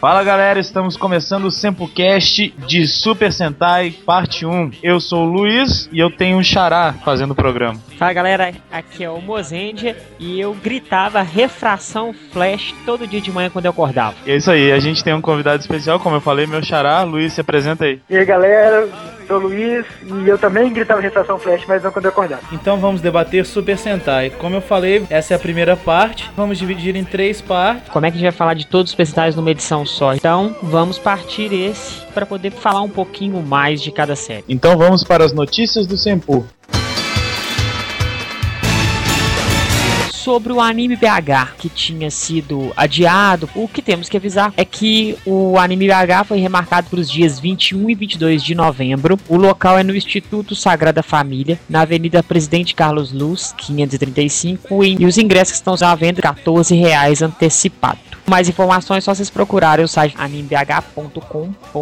Fala galera, estamos começando o Sempocast de Super Sentai Parte 1. Eu sou o Luiz e eu tenho um xará fazendo o programa. Fala galera, aqui é o Mozendia e eu gritava refração flash todo dia de manhã quando eu acordava. E é isso aí, a gente tem um convidado especial, como eu falei, meu xará. Luiz, se apresenta aí. E aí galera, sou o Luiz e eu também gritava retração flash, mas não quando eu acordava. Então vamos debater Super Sentai. Como eu falei, essa é a primeira parte. Vamos dividir em três partes. Como é que a gente vai falar de todos os personagens numa edição só? Então vamos partir esse para poder falar um pouquinho mais de cada série. Então vamos para as notícias do Sempo. sobre o anime BH que tinha sido adiado. O que temos que avisar é que o anime BH foi remarcado para os dias 21 e 22 de novembro. O local é no Instituto Sagrada Família, na Avenida Presidente Carlos Luz, 535, e os ingressos estão à venda R$ 14,00 antecipado. Mais informações é só vocês procurarem o site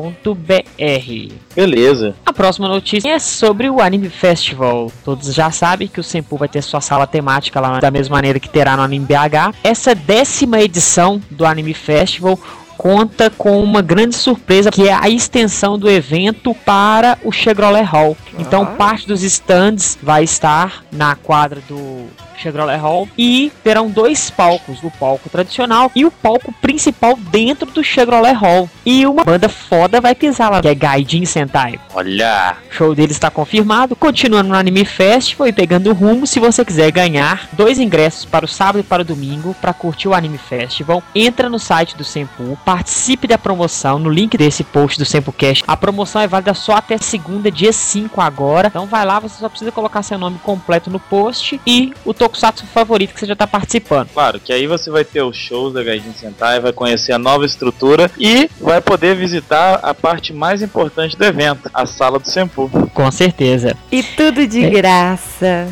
animebh.com.br. Beleza. A próxima notícia é sobre o Anime Festival. Todos já sabem que o Senpu vai ter sua sala temática lá da mesma maneira que terá no Anime BH. Essa décima edição do Anime Festival conta com uma grande surpresa que é a extensão do evento para o Chevrolet Hall. Então parte dos stands vai estar na quadra do Chevrolet Hall e terão dois palcos, o palco tradicional e o palco principal dentro do Chevrolet Hall. E uma banda foda vai pisar lá, que é Gaijin Sentai. Olha! O show deles está confirmado, continuando no Anime Festival e pegando rumo se você quiser ganhar dois ingressos para o sábado e para o domingo para curtir o Anime Festival. Entra no site do Senpu, participe da promoção no link desse post do SempuCast. A promoção é válida só até segunda, dia 5 agora. Então vai lá, você só precisa colocar seu nome completo no post e o tokusatsu favorito que você já está participando. Claro, que aí você vai ter os shows da Gaijin Sentai, vai conhecer a nova estrutura e vai poder visitar a parte mais importante do evento, a sala do Senpu. Com certeza. E tudo de É. graça.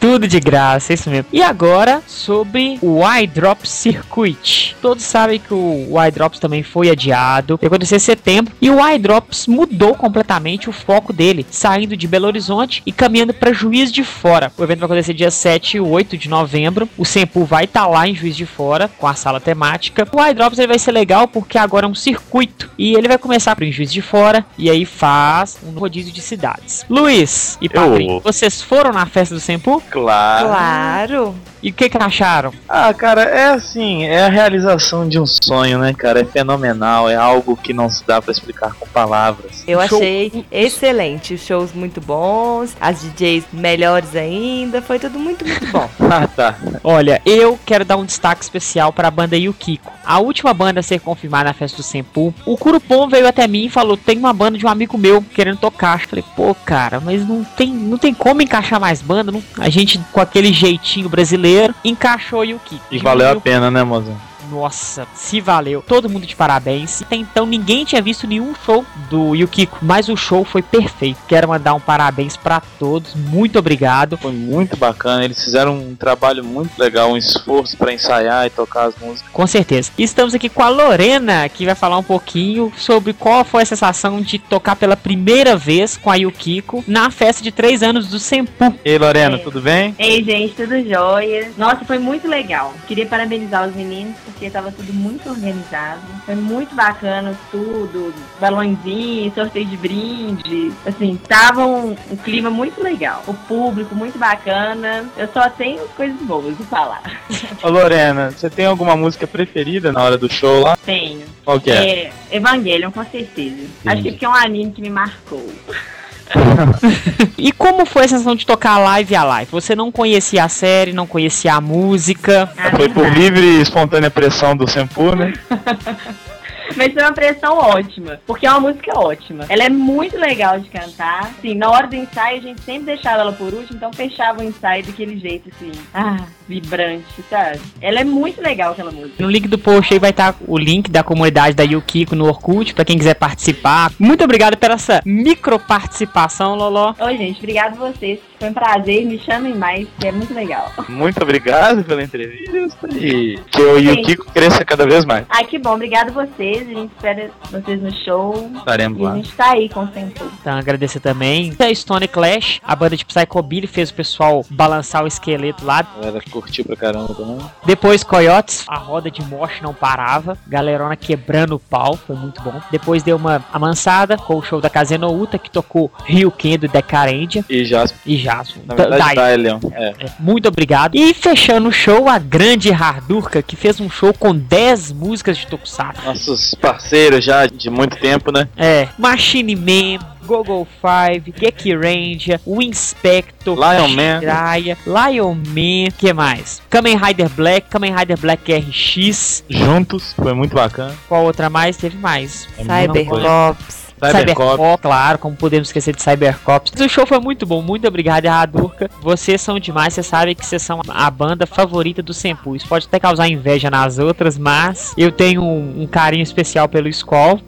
Tudo de graça, é isso mesmo. E agora sobre o iDrop Circuit. Todos sabem que o iDrops também foi adiado, vai acontecer em setembro, e o iDrops mudou completamente o foco dele, saindo de Belo Horizonte e caminhando para Juiz de Fora. O evento vai acontecer dia 7 e 8 de novembro. O Sempu vai estar lá em Juiz de Fora, com a sala temática. O iDrops ele vai ser legal porque agora é um circuito, e ele vai começar por em Juiz de Fora, e aí faz um rodízio de cidades. Luiz e Patrick, vocês foram na festa do Sempu? Ah. Claro. Claro. E o que, que acharam? Ah, cara, é assim, é a realização de um sonho, né, cara? É fenomenal, é algo que não se dá pra explicar com palavras. Eu Show. achei excelente. Shows muito bons, as DJs melhores ainda. Foi tudo muito, muito bom. Ah, tá. Olha, eu quero dar um destaque especial para a banda Yukiko. A última banda a ser confirmada na festa do Senpu. O Curupom veio até mim e falou: tem uma banda de um amigo meu querendo tocar. Eu falei, pô, cara, mas não tem, não tem como encaixar mais banda. não- A gente, com aquele jeitinho brasileiro, encaixou Yukiko. E valeu a Yukiko pena, né, moça? nossa, se valeu. Todo mundo de parabéns. Até então ninguém tinha visto nenhum show do Yukiko, mas o show foi perfeito. Quero mandar um parabéns pra todos. Muito obrigado. Foi muito bacana, eles fizeram um trabalho muito legal, um esforço pra ensaiar e tocar as músicas. Com certeza. Estamos aqui com a Lorena, que vai falar um pouquinho sobre qual foi a sensação de tocar pela primeira vez com a Yukiko na festa de 3 anos do Senpu. E aí, Lorena, É. tudo bem? Ei, gente, tudo jóia. Nossa, foi muito legal. Queria parabenizar os meninos, porque estava tudo muito organizado. Foi muito bacana tudo. Balõezinho, sorteio de brinde. Assim, tava um, um clima muito legal. O público muito bacana. Eu só tenho coisas boas de falar. Ô, Lorena, você tem alguma música preferida na hora do show lá? Tenho. Qual que é? É, Evangelion, com certeza. Acho que é porque é um anime que me marcou. E como foi a sensação de tocar live a live? Você não conhecia a série, não conhecia a música. Ah, Foi por livre e espontânea pressão do Senpu, né? Mas foi uma pressão ótima, porque é uma música ótima. Ela é muito legal de cantar. Assim, na hora do ensaio, a gente sempre deixava ela por último, então fechava o ensaio daquele jeito, assim, ah, vibrante, sabe? Ela é muito legal, aquela música. No link do post aí vai estar o link da comunidade da Yukiko no Orkut, pra quem quiser participar. Muito obrigado pela essa micro participação, Loló. Oi, gente, obrigado a vocês. Foi um prazer, me chamem mais, que é muito legal. Muito obrigado pela entrevista e que eu e o Kiko cresça cada vez mais. Ai, que bom, obrigado a vocês. A gente espera vocês no show. Estaremos E a lá. gente tá aí com o Sentou. Então, agradecer É também. A Stone Clash, a banda de Psychobilly, fez o pessoal balançar o esqueleto lá. Galera curtiu pra caramba também. Depois Coyotes, a roda de moche não parava, galerona quebrando o pau, foi muito bom. Depois deu uma amansada com o show da Caseno Uta, que tocou Rio Kendo, Decarendia E Jasper, e Jasmo. na verdade, Dylion. É. É, Muito obrigado. E fechando o show, a grande Hardurka, que fez um show com 10 músicas de Tokusatsu. Nossos parceiros já de muito tempo, né? É, Machine Man, Gogo 5, Geki Ranger, o Inspector, Lion Man. Jiraiya, Lion Man, que mais? Kamen Rider Black, Kamen Rider Black RX, Juntos, foi muito bacana. qual outra mais? Teve mais. É muita coisa. Cybercops. Cybercop. claro, como podemos esquecer de Cybercops. O show foi muito bom, muito obrigado, Radurka. Vocês são demais, vocês sabem que vocês são a banda favorita do Senpu. Isso pode até causar inveja nas outras, mas eu tenho um, um carinho especial pelo Skol.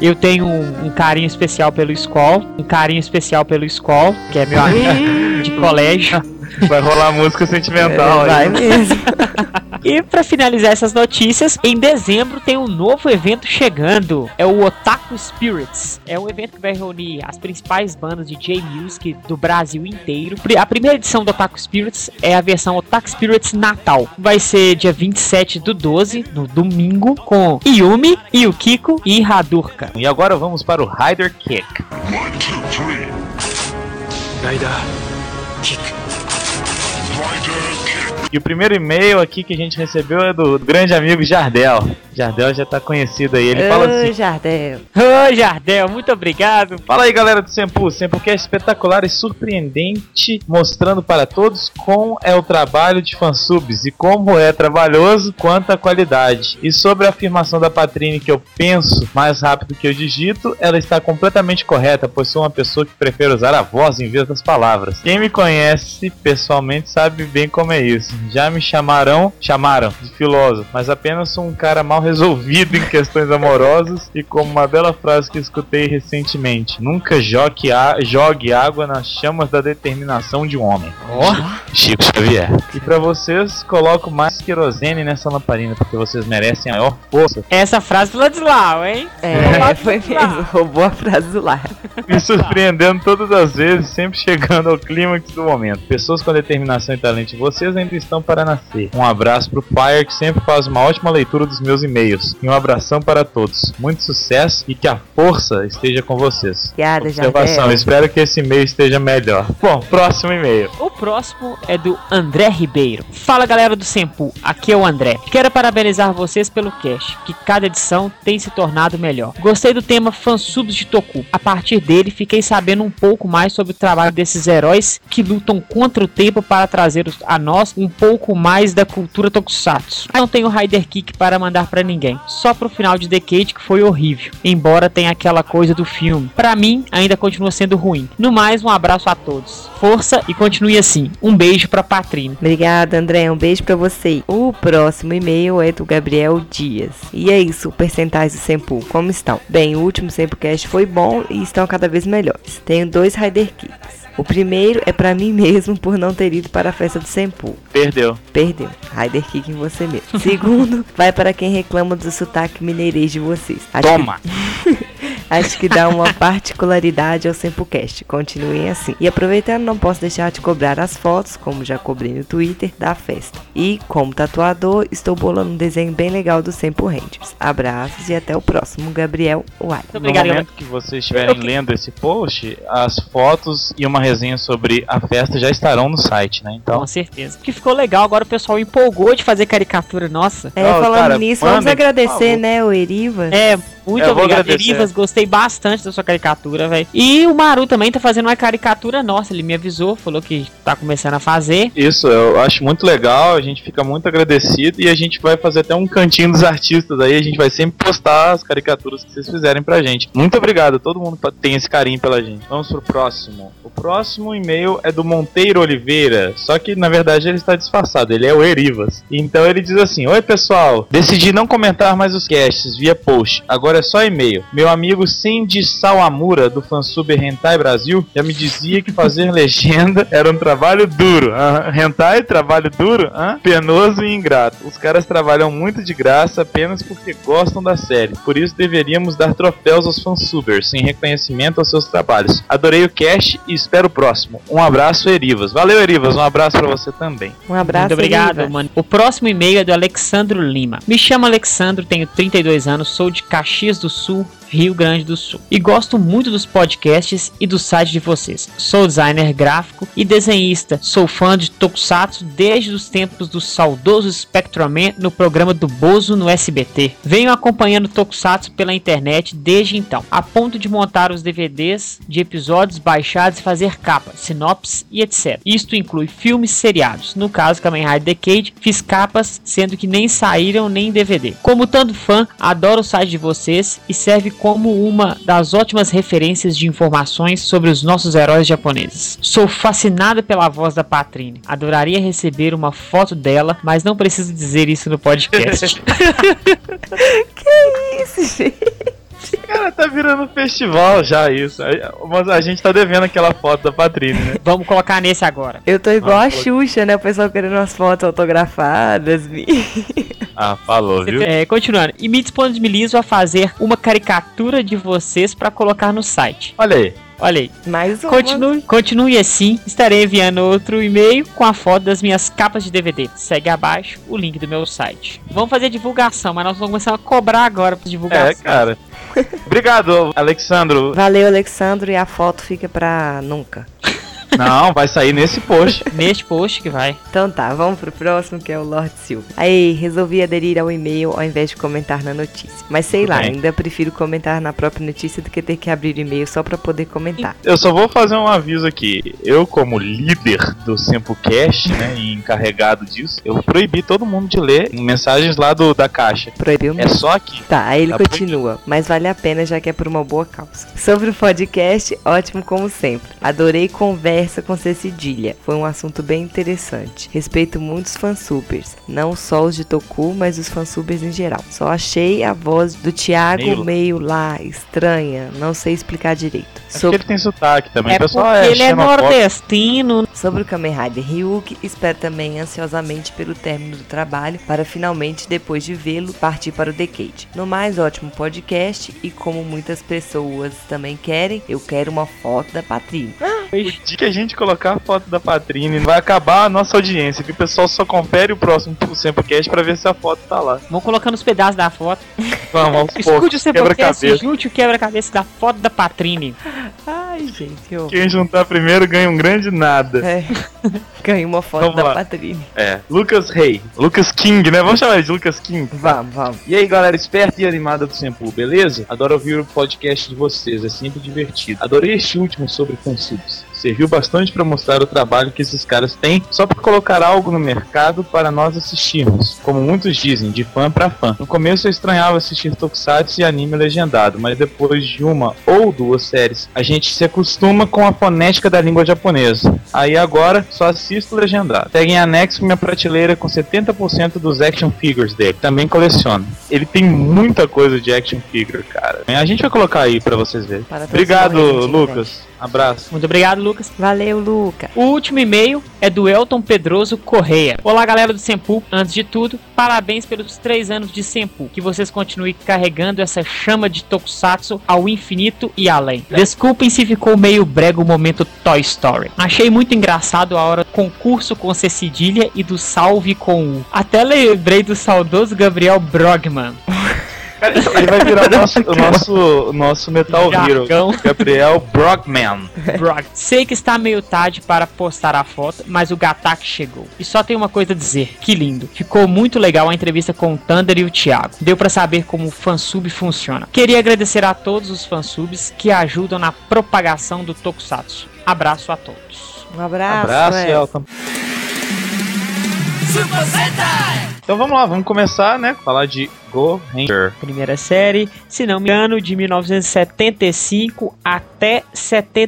Eu tenho um, um carinho especial pelo Skol, um carinho especial pelo Skol, que é meu amigo de colégio. Vai rolar música sentimental aí. É, Vai mesmo. E pra finalizar essas notícias, em dezembro tem um novo evento chegando. É o Otaku Spirits. É um evento que vai reunir as principais bandas de J-Music do Brasil inteiro. Pri- A primeira edição do Otaku Spirits é a versão Otaku Spirits Natal. Vai ser dia 27 do 12, no domingo, com Yumi, Yukiko e Hadurka. E agora vamos para o Rider Kick. E o primeiro e-mail aqui que a gente recebeu é do grande amigo Jardel. Jardel já tá conhecido aí. Ele fala assim: Ô, Jardel. Ô, Jardel, muito obrigado. Fala aí galera do Sempu, Sempu que é espetacular e surpreendente, mostrando para todos como é o trabalho de fansubs e como é trabalhoso quanto à qualidade. E sobre a afirmação da Patrine que eu penso mais rápido que eu digito, ela está completamente correta, pois sou uma pessoa que prefere usar a voz em vez das palavras. Quem me conhece pessoalmente sabe bem como é isso. Já me chamarão, chamaram de filósofo, mas apenas sou um cara mal resolvido em questões amorosas e como uma bela frase que escutei recentemente, nunca jogue, a- jogue água nas chamas da determinação de um homem. Chico Xavier. E pra vocês, coloco mais querosene nessa lamparina porque vocês merecem a maior força. Essa frase do Ladislau, hein? É, foi mesmo. Roubou a frase do lar. Me surpreendendo todas as vezes, sempre chegando ao clímax do momento. Pessoas com determinação e talento, vocês ainda estão para nascer. Um abraço pro Fire, que sempre faz uma ótima leitura dos meus e-mails. E um abração para todos. Muito sucesso e que a força esteja com vocês. Obrigada, Observação, Jardel. espero que esse e-mail esteja melhor. Bom, próximo e-mail. O próximo é do André Ribeiro. Fala galera do Sempu, aqui é o André. Quero parabenizar vocês pelo cast, que cada edição tem se tornado melhor. Gostei do tema fansubs de Toku. A partir dele, fiquei sabendo um pouco mais sobre o trabalho desses heróis que lutam contra o tempo para trazer os- a nós um pouco mais da cultura Tokusatsu. Não tenho Rider Kick para mandar pra ninguém, só pro final de Decade que foi horrível, embora tenha aquela coisa do filme. Pra mim, ainda continua sendo ruim. No mais, um abraço a todos. Força e continue assim. Um beijo pra Patrine. Obrigada, André. Um beijo pra você. O próximo e-mail é do Gabriel Dias. E é aí, supercentais do Sempu, como estão? Bem, o último Sempucast foi bom e estão cada vez melhores. Tenho dois Rider Kicks. O primeiro é pra mim mesmo por não ter ido para a festa do Sempu. Perdeu. Perdeu. Rider Kick em você mesmo. Segundo, vai para quem reclama do sotaque mineirês de vocês. Acho que- Toma! Acho que dá uma particularidade ao Sempocast. Continuem assim. E aproveitando, não posso deixar de cobrar as fotos, como já cobrei no Twitter, da festa. E, como tatuador, estou bolando um desenho bem legal do Sempo Rangers. Abraços e até o próximo, Gabriel Uai. Muito obrigado, no galera. momento que vocês estiverem lendo esse post, as fotos e uma resenha sobre a festa já estarão no site, né? Então, Com certeza. Que ficou legal, agora o pessoal empolgou de fazer caricatura nossa. É, Não, falando cara, nisso, manda, vamos por agradecer, favor. né, o Eriva? É, muito Eu vou obrigado, agradecer. Derivas. Gostei bastante da sua caricatura, velho. E o Maru também tá fazendo uma caricatura nossa. Ele me avisou, falou que tá começando a fazer. Isso, eu acho muito legal, a gente fica muito agradecido e a gente vai fazer até um cantinho dos artistas aí, a gente vai sempre postar as caricaturas que vocês fizerem pra gente. Muito obrigado, todo mundo pa- tem esse carinho pela gente. Vamos pro próximo. O próximo e-mail é do Monteiro Oliveira, só que na verdade ele está disfarçado, ele é o Erivas. Então ele diz assim: Oi pessoal, decidi não comentar mais os casts via post, agora agora é só e-mail. Meu amigo Cindy Sawamura, do fansub Hentai Brasil, já me dizia que fazer legenda era um trabalho duro. Aham. Hentai, trabalho duro, hã? penoso e ingrato. Os caras trabalham muito de graça apenas porque gostam da série. Por isso deveríamos dar troféus aos fansubers, sem reconhecimento aos seus trabalhos. Adorei o cast e espero o próximo. Um abraço, Erivas. Valeu, Erivas. Um abraço pra você também. Um abraço. Muito obrigado, Lívia. mano. O próximo e-mail é do Alexandro Lima. Me chamo Alexandro, tenho 32 anos, sou de Caxias do Sul, Rio Grande do Sul. E gosto muito dos podcasts e do site de vocês. Sou designer gráfico e desenhista. Sou fã de Tokusatsu desde os tempos do saudoso Spectroman no programa do Bozo no SBT. Venho acompanhando Tokusatsu pela internet desde então, a ponto de montar os DVDs de episódios baixados e fazer capa, sinopse e etc. Isto inclui filmes e seriados. No caso, Kamen Rider Decade, fiz capas, sendo que nem saíram nem em DVD. Como tanto fã, adoro o site de vocês e serve como uma das ótimas referências de informações sobre os nossos heróis japoneses. Sou fascinada pela voz da Patrine. Adoraria receber uma foto dela, mas não preciso dizer isso no podcast. É Isso, gente. Cara, tá virando um festival já isso. A- Mas a gente tá devendo aquela foto da Patrícia, né? Vamos colocar nesse agora. Eu tô igual Ah, a pode. Xuxa, né? O pessoal querendo umas fotos autografadas. Ah, falou, viu? É, continuando, e me disponibilizo a fazer uma caricatura de vocês para colocar no site. Olha aí. Olha aí, Mais uma. Continue, continue assim, estarei enviando outro e-mail com a foto das minhas capas de DVD. Segue abaixo o link do meu site. Vamos fazer divulgação, mas nós vamos começar a cobrar agora pra É, divulgação. cara. Obrigado, Alexandro. Valeu, Alexandro. E a foto fica pra nunca. Não, vai sair nesse post. Neste post que vai. Então tá, vamos pro próximo que é o Lord Silva. Aí, resolvi aderir ao e-mail ao invés de comentar na notícia. Mas sei lá, Bem. ainda prefiro comentar na própria notícia do que ter que abrir e-mail só pra poder comentar. Eu só vou fazer um aviso aqui. Eu, como líder do Sempocast, né, e encarregado disso, eu proibi todo mundo de ler mensagens lá do, da caixa. Proibiu mesmo. É só aqui. Tá, aí ele Tá continua, mas vale a pena já que é por uma boa causa. Sobre o podcast, ótimo como sempre. Adorei conversa com Cecidilha, foi um assunto bem interessante. Respeito muitos fansubers, não só os de Toku, mas os fansubers em geral. Só achei a voz do Thiago Meio- meio, lá estranha, não sei explicar direito. É Sobre, porque ele tem sotaque também. é o pessoal porque é ele é xenofóbico. nordestino. sobre o Kamen Rider Ryuk, espero também ansiosamente pelo término do trabalho para finalmente, depois de vê-lo, partir para o Decade. No mais, ótimo podcast e como muitas pessoas também querem, eu quero uma foto da Patrícia. O dia que a gente colocar a foto da Patrine, vai acabar a nossa audiência, que o pessoal só confere o próximo Sempocast pra ver se a foto tá lá. Vamos colocando os pedaços da foto. Vamos, aos Escute o poucos, seu podcast, quebra-cabeça. junte o quebra-cabeça da foto da Patrine. Ai, gente, eu... Quem juntar primeiro ganha um grande nada. É. Ganhei uma foto Vamos da lá. Patrícia. É. Lucas Rey. Lucas King, né? Vamos chamar ele de Lucas King. Vamos, vamos. E aí, galera esperta e animada do Sempu, beleza? Adoro ouvir o podcast de vocês, é sempre divertido. Adorei este último sobre fansubs. Serviu bastante pra mostrar o trabalho que esses caras têm só pra colocar algo no mercado para nós assistirmos. Como muitos dizem, de fã pra fã. No começo eu estranhava assistir Tokusatsu e anime legendado, mas depois de uma ou duas séries, a gente se acostuma com a fonética da língua japonesa. Aí agora só assisto legendado. Pega em anexo minha prateleira com 70% dos action figures dele. Também coleciono. Ele tem muita coisa de action figure, cara. A gente vai colocar aí pra vocês verem. Para todos né? Obrigado, morrerem de Lucas. Abraço. Muito obrigado, Lucas. Valeu, Luca. O último e-mail é do Elton Pedroso Correia. Olá, galera do Sempu. Antes de tudo, parabéns pelos três anos de Sempu. Que vocês continuem carregando essa chama de Tokusatsu ao infinito e além. Desculpem se ficou meio brega o momento Toy Story. Achei muito engraçado a hora do concurso com C cedilha e do salve com U. Até lembrei do saudoso Gabriel Brogman. Ele vai virar o nosso, o nosso, o nosso Metal Hero. Jargão. Gabriel Brockman. Brock, sei que está meio tarde para postar a foto, mas o Gatak chegou. E só tem uma coisa a dizer, que lindo. Ficou muito legal a entrevista com o Thunder e o Thiago. Deu para saber como o fansub funciona. Queria agradecer a todos os fansubs que ajudam na propagação do Tokusatsu. Abraço a todos. Um abraço. Abraço, Wes. Elton. Então vamos lá, vamos começar, né? Falar de Go Ranger. Primeira série, se não me engano, de 1975 até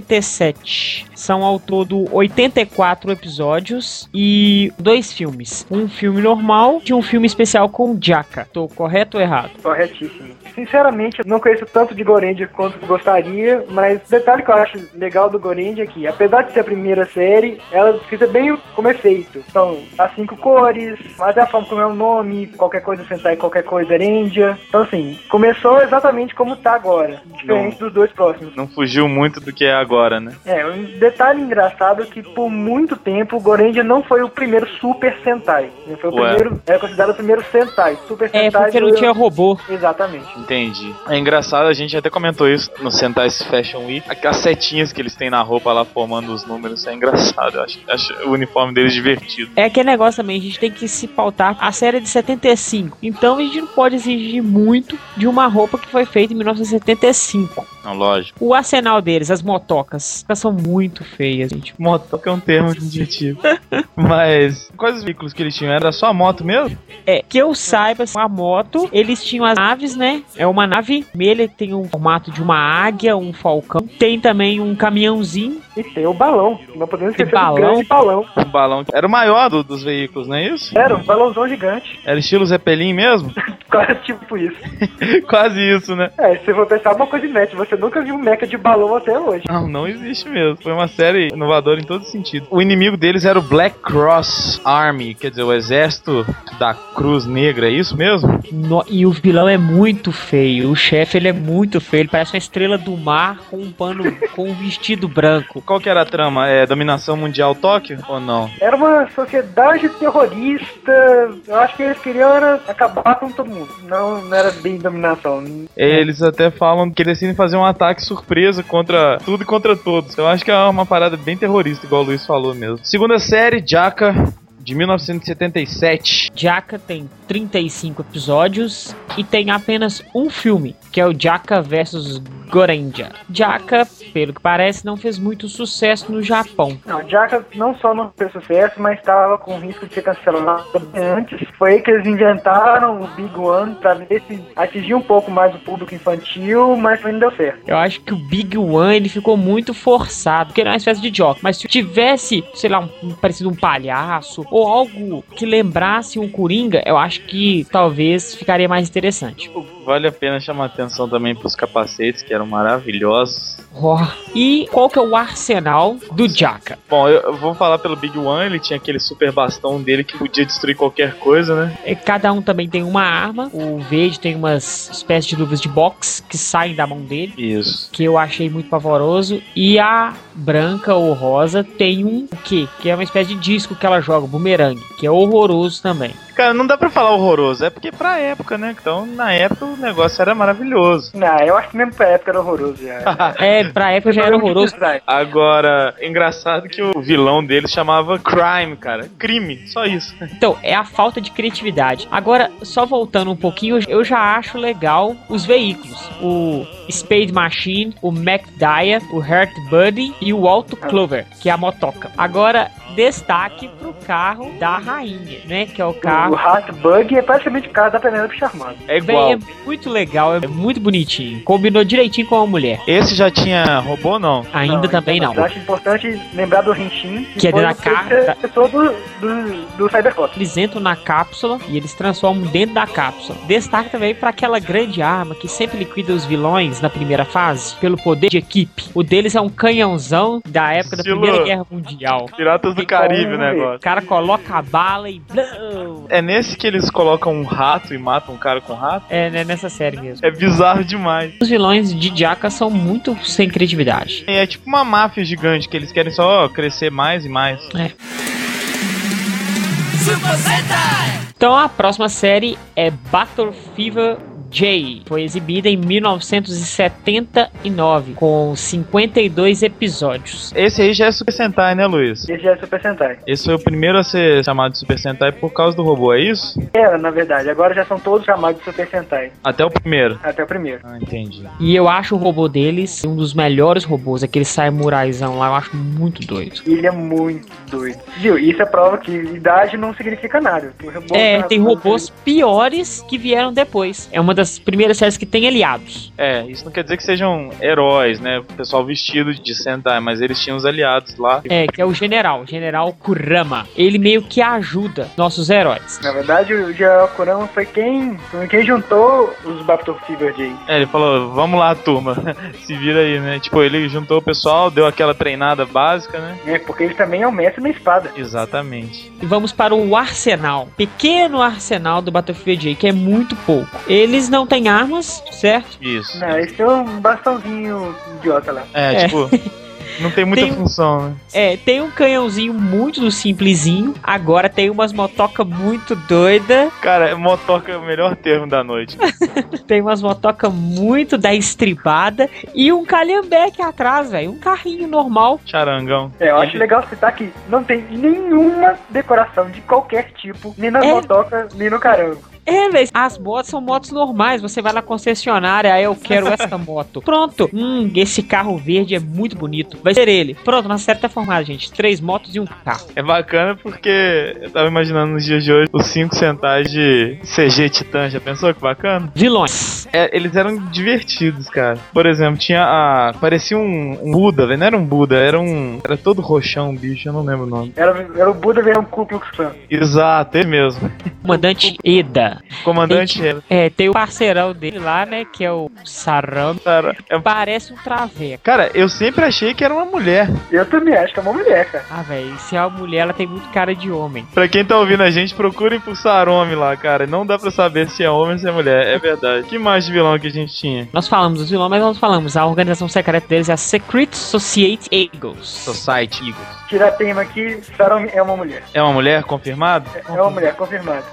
77. São ao todo 84 episódios e dois filmes. Um filme normal e um filme especial com Jaka. Tô correto ou errado? Corretíssimo. Sinceramente, eu não conheço tanto de Gorendia quanto gostaria, mas o detalhe que eu acho legal do Gorendia é que, apesar de ser a primeira série, ela descrita bem como é feito. São as cinco cores, até a forma como é o nome, qualquer coisa sentar e qualquer coisa Gorendia. Então, assim, começou exatamente como tá agora, diferente dos dois próximos. Não fugiu muito do que é agora, né? É, um detalhe engraçado é que por muito tempo o Gorendia não foi o primeiro Super Sentai. Ele Foi o Ué. primeiro, era considerado o primeiro Sentai. Super É, Sentai. porque não do- tinha robô. Exatamente. Entendi. É engraçado, a gente até comentou isso no Sentais Fashion Week. Aquelas setinhas que eles têm na roupa lá formando os números, isso é engraçado. Eu acho, acho o uniforme deles divertido. É aquele negócio também, a gente tem que se pautar. A série é de 75, então a gente não pode exigir muito de uma roupa que foi feita em 1975. Não, lógico. O arsenal deles, as motocas, elas são muito feias, gente. Motoca é um termo objetivo. Mas quais veículos que eles tinham? Era só a moto mesmo? É, que eu saiba, a moto, eles tinham as naves, né? É uma nave vermelha que tem um formato de uma águia, um falcão. Tem também um caminhãozinho. E tem o balão. Não podemos Tem esquecer do balão? grande balão. O Um balão. Era o maior do- dos veículos, não é isso? Era um balãozão gigante. Era estilo Zeppelin mesmo? Quase tipo isso. Quase isso, né? É, se você for pensar uma coisa inédita, você nunca viu um mecha de balão até hoje. Não, não existe mesmo. Foi uma série inovadora em todo sentido. O inimigo deles era o Black Cross Army, quer dizer, o exército da Cruz Negra, é isso mesmo? No- e o vilão é muito feio. O chefe, ele é muito feio. Ele parece uma estrela do mar com um pano, com um vestido branco. Qual que era a trama? É dominação mundial Tóquio ou não? Era uma sociedade terrorista. Eu acho que eles queriam era acabar com todo mundo. Não, não era bem dominação. Eles até falam que eles decidem fazer um ataque surpresa contra tudo e contra todos. Eu acho que é uma parada bem terrorista, igual o Luiz falou mesmo. Segunda série, Jaka, de 1977. Jaka tem 35 episódios e tem apenas um filme, que é o Jaka vs Gorenja. Jaka, pelo que parece, não fez muito sucesso no Japão. Não, Jaka não só não fez sucesso, mas estava com risco de ser cancelado bem antes. Foi aí que eles inventaram o Big One pra ver se atingia um pouco mais o público infantil, mas não deu certo. Eu acho que o Big One ele ficou muito forçado, porque ele é uma espécie de jock. Mas se tivesse, sei lá, um, um- parecido um palhaço ou algo que lembrasse um Coringa, eu acho que talvez ficaria mais interessante. Vale a pena chamar atenção também pros capacetes, que eram maravilhosos. Ó, E qual que é o arsenal do Jaka? Bom, eu, eu vou falar pelo Big One, ele tinha aquele super bastão dele que podia destruir qualquer coisa, né? É, Cada um também tem uma arma. O verde tem umas espécies de luvas de boxe que saem da mão dele. Isso. que eu achei muito pavoroso. E a branca ou rosa tem um quê? Que é uma espécie de disco que ela joga, bumerangue, que é horroroso também. Cara, não dá pra falar horroroso, é porque pra época, né? Então, na época o negócio era maravilhoso. Não, eu acho que mesmo pra época era horroroso já. É, pra época já era horroroso. Agora, engraçado que o vilão dele chamava Crime, cara. Crime, só isso. Então, é a falta de criatividade. Agora, só voltando um pouquinho, eu já acho legal os veículos. O Spade Machine, o MacDia, o Hurt Buddy e o Alto Clover, que é a motoca. Agora, destaque pro carro da rainha, né? Que é o O carro... Rat Bug é praticamente o cara da Penélope Charmosa. É Véi, igual. é muito legal, é muito bonitinho. Combinou direitinho com a mulher. Esse já tinha robô, não? Ainda também não. Eu acho importante lembrar do Henshin, Que é foi da o carta. sucessor do, do, do Cybercop. Eles entram na cápsula e eles transformam dentro da cápsula. Destaque também para aquela grande arma que sempre liquida os vilões na primeira fase pelo poder de equipe. O deles é um canhãozão da época da Estilo- Primeira Guerra Mundial. Piratas do Caribe o O negócio. cara coloca a bala e. blow! É nesse que eles colocam um rato e matam um cara com rato? É né, nessa série mesmo. É bizarro demais. Os vilões de Jaka são muito sem criatividade. É tipo uma máfia gigante que eles querem só crescer mais e mais. Então a próxima série é Battle Fever Jay. Foi exibida em 1979, com 52 episódios. Esse aí já é Super Sentai, né, Luiz? Esse já é Super Sentai. Esse foi o primeiro a ser chamado de Super Sentai por causa do robô, é isso? Era, na verdade. Agora já são todos chamados de Super Sentai. Até o primeiro. Até o primeiro. Ah, entendi. E eu acho o robô deles um dos melhores robôs, aquele samuraizão lá, eu acho muito doido. E ele é muito doido. Viu? Isso é prova que idade não significa nada. O robô É, tá- tem robôs piores que vieram depois. É uma das primeiras séries que tem aliados. É, isso não quer dizer que sejam heróis, né? O pessoal vestido de Sentai, mas eles tinham os aliados lá. É, que é o general, general Kurama. Ele meio que ajuda nossos heróis. Na verdade, o General Kurama foi quem, foi quem juntou os Baptor Fever Jay. É, ele falou, vamos lá, turma, se vira aí, né? Tipo, ele juntou o pessoal, deu aquela treinada básica, né? É, porque ele também é o mestre na espada. Exatamente. E vamos para o arsenal. Pequeno arsenal do Battlefield J, que é muito pouco. Eles não têm armas, certo? Isso. Não, esse é um bastãozinho idiota lá. É, É. tipo, não tem muita Tem um- função, né? É, tem um canhãozinho muito do simplesinho. Agora tem umas motoca muito doida. Cara, motoca é o melhor termo da noite. Tem umas motoca muito da estribada. E um calhambeque atrás, velho. Um carrinho normal. Charangão. É, eu acho Ele- legal citar que não tem nenhuma decoração de qualquer tipo, nem nas É. motocas, nem no carango. É, velho, as motos são motos normais. Você vai na concessionária, aí eu quero essa moto. Pronto. Hum, esse carro verde é muito bonito. Vai ser ele. Pronto, nossa série tá formada, gente. Três motos e um carro. É bacana porque eu tava imaginando nos dias de hoje os 5 centais de CG Titã. Já pensou que bacana? Vilões. É, eles eram divertidos, cara. Por exemplo, tinha a. Parecia um, um Buda, velho. Não era um Buda, era um. Era todo roxão, bicho, eu não lembro o nome. Era, era o Buda vendo um Ku Klux Klan. Exato, ele mesmo. Comandante Eda. Comandante era. É, tem o parceirão dele lá, né? Que é o Saram. Cara, é- Parece um traveco. cara, eu sempre achei que era uma mulher. Eu também acho que é uma mulher, cara. Ah, velho, se é uma mulher, ela tem muito cara de homem. Pra quem tá ouvindo a gente, procurem por Sarome lá, cara. Não dá pra saber se é homem ou se é mulher, é verdade. Que mais de vilão que a gente tinha? Nós falamos dos vilões, mas nós falamos. A organização secreta deles é a Secret Society Eagles. Society Eagles. Tirar a tema aqui, Sarum é uma mulher. É uma mulher, confirmado? É Uhum. uma mulher, confirmado.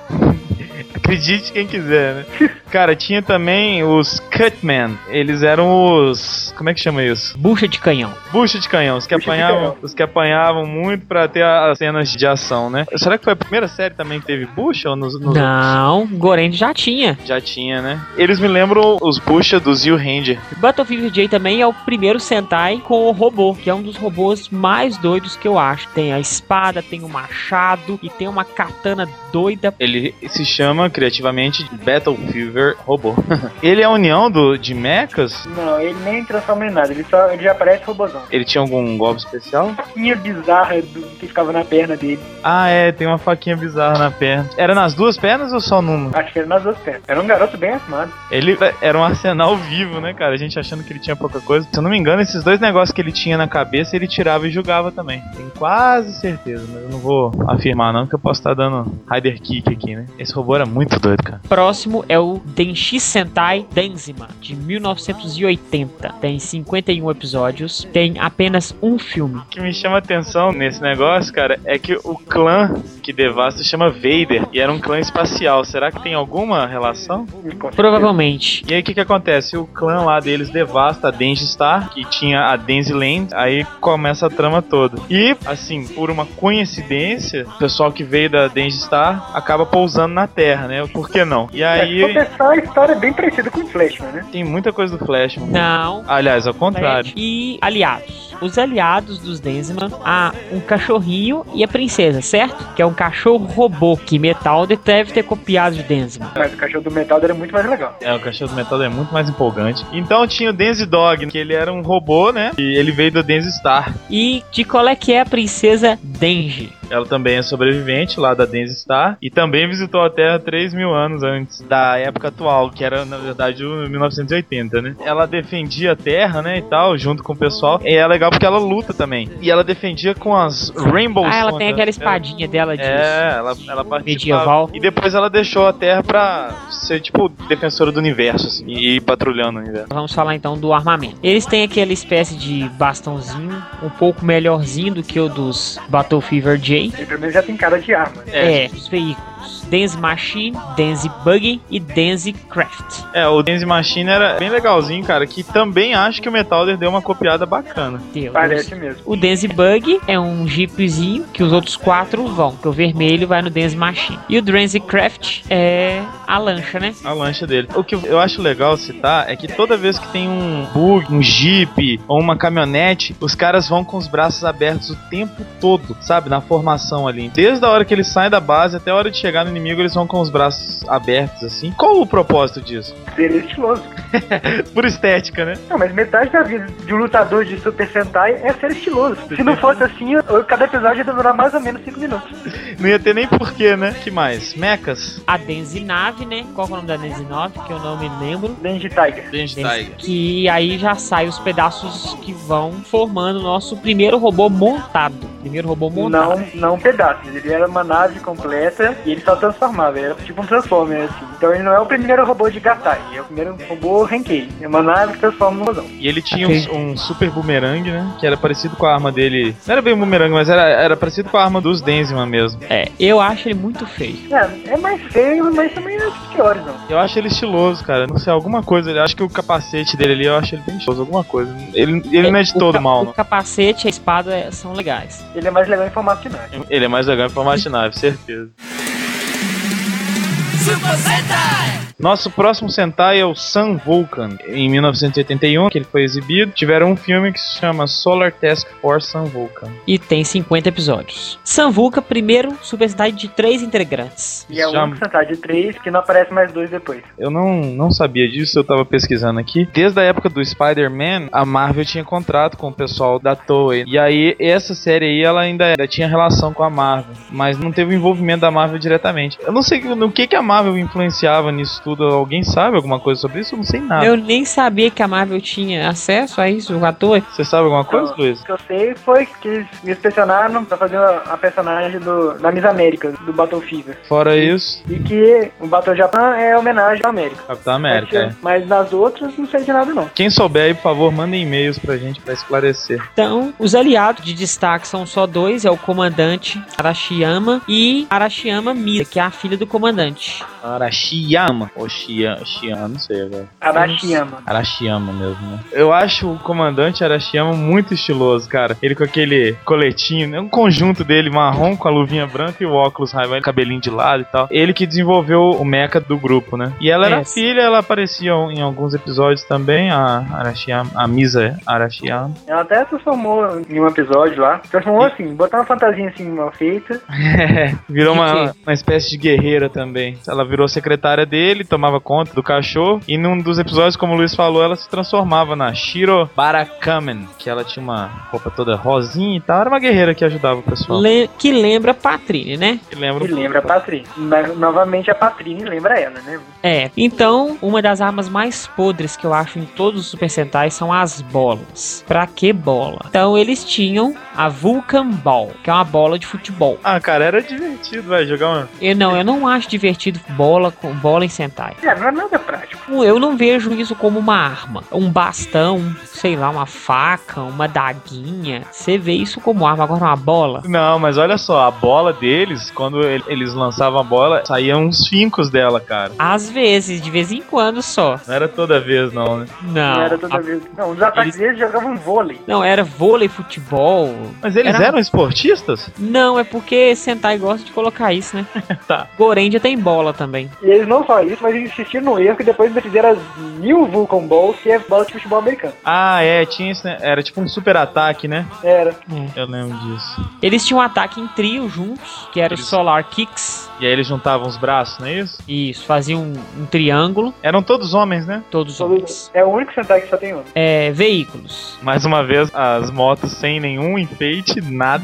Acredite quem quiser, né? Cara, tinha também os Cutman. Eles eram os. Como é que chama isso? Bucha de canhão. Bucha de canhão. Os que, Bucha de apanhavam, canhão. os que apanhavam muito pra ter a- as cenas de ação, né? Será que foi a primeira série também que teve bucha? Ou nos, nos Não, Gorend já tinha. Já tinha, né? Eles me lembram os bucha do Zio Ranger. Battlefield J também é o primeiro Sentai com o robô, que é um dos robôs mais doidos que eu acho. Tem a espada, tem o machado e tem uma katana doida. Ele se chama criativamente Battle Fever Robô. ele é a união do, de mechas? Não, ele nem transforma em nada, ele, só, ele já aparece robôzão. Ele tinha algum golpe especial? Faquinha bizarra do, que ficava na perna dele. Ah, é, tem uma faquinha bizarra na perna. Era nas duas pernas ou só numa? Acho que era nas duas pernas. Era um garoto bem armado. Ele era um arsenal vivo, né, cara? A gente achando que ele tinha pouca coisa. Se eu não me engano, esses dois negócios que ele tinha na cabeça, ele tirava e jogava também. Tenho quase certeza, mas eu não vou afirmar não, que eu posso estar dando Rider Kick aqui, né? Esse robô era muito doido, cara. Próximo é o Denshi Sentai Denzima, de 1980. Tem 51 episódios, tem apenas um filme. O que me chama atenção nesse negócio, cara, é que o clã que devasta chama Vader e era um clã espacial. Será que tem alguma relação? Com certeza. Provavelmente. E aí o que, que acontece? O clã lá deles devasta a Denji Star, que tinha a Denzi Land, aí começa a trama toda. E, assim, por uma coincidência, o pessoal que veio da Denji Star acaba pousando na Terra, né? Por que não? E É, se for aí pensar, a história é bem parecida com o Flashman, né? tem muita coisa do Flash, mano. Não. Aliás, ao contrário. E aliados. Os aliados dos Denzima há um cachorrinho e a princesa, certo? Que é um cachorro robô que Metal deve ter copiado de Denzima. Mas o cachorro do Metal era muito mais legal. É, o cachorro do metal é muito mais empolgante. Então tinha o Denzi Dog, que ele era um robô, né? E ele veio da Denzi Star. E de qual é que é a princesa Denji? Ela também é sobrevivente lá da Denzi Star e também visitou a Terra 3 mil anos antes da época atual, que era na verdade o 1980, né? Ela defendia a Terra, né, e tal, junto com o pessoal. E é legal porque ela luta também. E ela defendia com as Rainbow Ah, ela Stones, tem né? aquela espadinha dela de É, ela, ela participava. medieval. E depois ela deixou a Terra pra ser, tipo, defensora do universo, assim, e ir patrulhando o universo. Vamos falar então do armamento. Eles têm aquela espécie de bastãozinho, um pouco melhorzinho do que o dos Battle Fever J. Ele pelo menos já tem cara de arma. né? É, os veículos. Dance Machine, Dance Buggy e Dance Craft. É, o Dance Machine era bem legalzinho, cara, que também acho que o Metalder deu uma copiada bacana. Deus. Parece mesmo. O Dance Bug é um jeepzinho que os outros quatro vão, que o vermelho vai no Dance Machine. E o Dance Craft é a lancha, né? A lancha dele. O que eu acho legal citar é que toda vez que tem um bug, um jeep ou uma caminhonete, os caras vão com os braços abertos o tempo todo, sabe? Na formação ali. Desde a hora que eles saem da base até a hora de chegar no inimigo, eles vão com os braços abertos assim. Qual o propósito disso? Seria estiloso. Por estética, né? Não, mas metade da vida de um lutador de Super Sentai é ser estiloso. Se não fosse assim, eu- cada episódio ia demorar mais ou menos 5 minutos. Não ia ter nem porquê, né? que mais? Mecas? A Denzi Nave, né? Qual que é o nome da Denzi Nave? Que eu não me lembro. Denji Tiger. Denji Que aí já sai os pedaços que vão formando o nosso primeiro robô montado. Primeiro robô montado. Não, não pedaços. Ele era uma nave completa e ele só transformava. Ele era tipo um Transformer, assim. Então ele não é o primeiro robô de Gatai. Ele é o primeiro robô Renkei. É uma nave que transforma num robô. E ele tinha Ok. um, um super bumerangue, né? Que era parecido com a arma dele. Não era bem um bumerangue, mas era, era parecido com a arma dos Denziman mesmo. É, eu acho ele muito feio. É, é mais feio, mas também não é dos piores, não. Eu acho ele estiloso, cara. Não sei, alguma coisa. Eu acho que o capacete dele ali, eu acho ele bem estiloso. Alguma coisa. Ele, ele não é de O todo ca- mal, O não. capacete e a espada é- são legais. Ele é mais legal em formato de nave. Ele é mais legal pra Machinav, certeza. Nosso próximo Sentai é o Sun Vulcan. Em 1981, que ele foi exibido, tiveram um filme que se chama Solar Task Force Sun Vulcan. E tem 50 episódios. Samvuca, primeiro Super Sentai de três integrantes. E é o Já- único Sentai de 3 que não aparece mais dois depois. Eu não, não sabia disso, eu tava pesquisando aqui. Desde a época do Spider-Man, a Marvel tinha contrato com o pessoal da Toei. E aí, essa série aí, ela ainda, ainda tinha relação com a Marvel. Mas não teve o envolvimento da Marvel diretamente. Eu não sei no que, que a Marvel influenciava nisso tudo. Alguém sabe alguma coisa sobre isso? Eu não sei nada. Eu nem sabia que a Marvel tinha acesso a isso, à toa. Você sabe alguma coisa, Não. Luiz? O que eu sei foi que eles me inspecionaram pra fazer a a personagem do, da Miss América, do Battle Fever. Fora isso, E que o Battle Japan é homenagem à América. Capitão América. é. Mas nas outras não sei de nada não. Quem souber aí, por favor, mandem e-mails pra gente pra esclarecer. Então, os aliados de destaque são só dois, é o comandante Arashiyama e Arashiyama Mira, que é a filha do comandante. Arashiyama. Ou Shia, Shia, não sei agora. Arashiyama. Arashiyama mesmo, né? Eu acho o comandante Arashiyama muito estiloso, cara. Ele com aquele coletinho, né? um conjunto dele marrom com a luvinha branca e o óculos raiva, cabelinho de lado e tal. Ele que desenvolveu o mecha do grupo, né? E ela era É. filha, ela aparecia em alguns episódios também, a Arashiyama, a Misa Arashiyama. Ela até transformou em um episódio lá. Transformou assim, botar uma fantasia assim mal feita. É, virou Que uma, uma espécie de guerreira também. Ela virou secretária dele, tomava conta do cachorro. E num dos episódios, como o Luiz falou, ela se transformava na Shiro Barakamen, que ela tinha uma roupa toda rosinha e tal. Era uma guerreira que ajudava o pessoal. Le- que lembra a Patrine, né? Que lembra, um Que lembra a Patrine. Mas, novamente a Patrine lembra ela, né? É. Então, uma das armas mais podres que eu acho em todos os Super Sentais são as bolas. Pra que bola? Então, eles tinham a Vulcan Ball, que é uma bola de futebol. Ah, cara, era divertido, vai jogar uma. Eu não, eu não acho divertido bola com bola em Sentai. É, não é nada prático. Tipo, Eu não vejo isso como uma arma. Um bastão, um, sei lá, uma faca, uma daguinha. Você vê isso como arma. Agora, uma bola. Não, mas olha só, a bola deles, quando ele- eles lançavam a bola, saíam uns fincos dela, cara. Às vezes, de vez em quando só. Não era toda vez, não, né? Não. Não era toda a- vez. Não, os ataques deles jogavam vôlei. Não, era vôlei, futebol. Mas eles Era- eram esportistas? Não, é porque Sentai gosta de colocar isso, né? Tá. Gorendia tem bola também. E eles não só isso, mas eles insistiram no erro que depois eles fizeram as mil Vulcan Balls, que é bola de futebol americano. Ah, é, tinha esse, né? Era tipo um super ataque, né? Era. Eu lembro disso. Eles tinham um ataque em trio juntos, que era o Eles- Solar Kicks. E aí eles juntavam os braços, não é isso? Isso, faziam um, um triângulo, Eram todos homens, né? todos homens. É o único Sentai que só tem um. É, veículos. Mais uma vez, as motos sem nenhum enfeite, nada.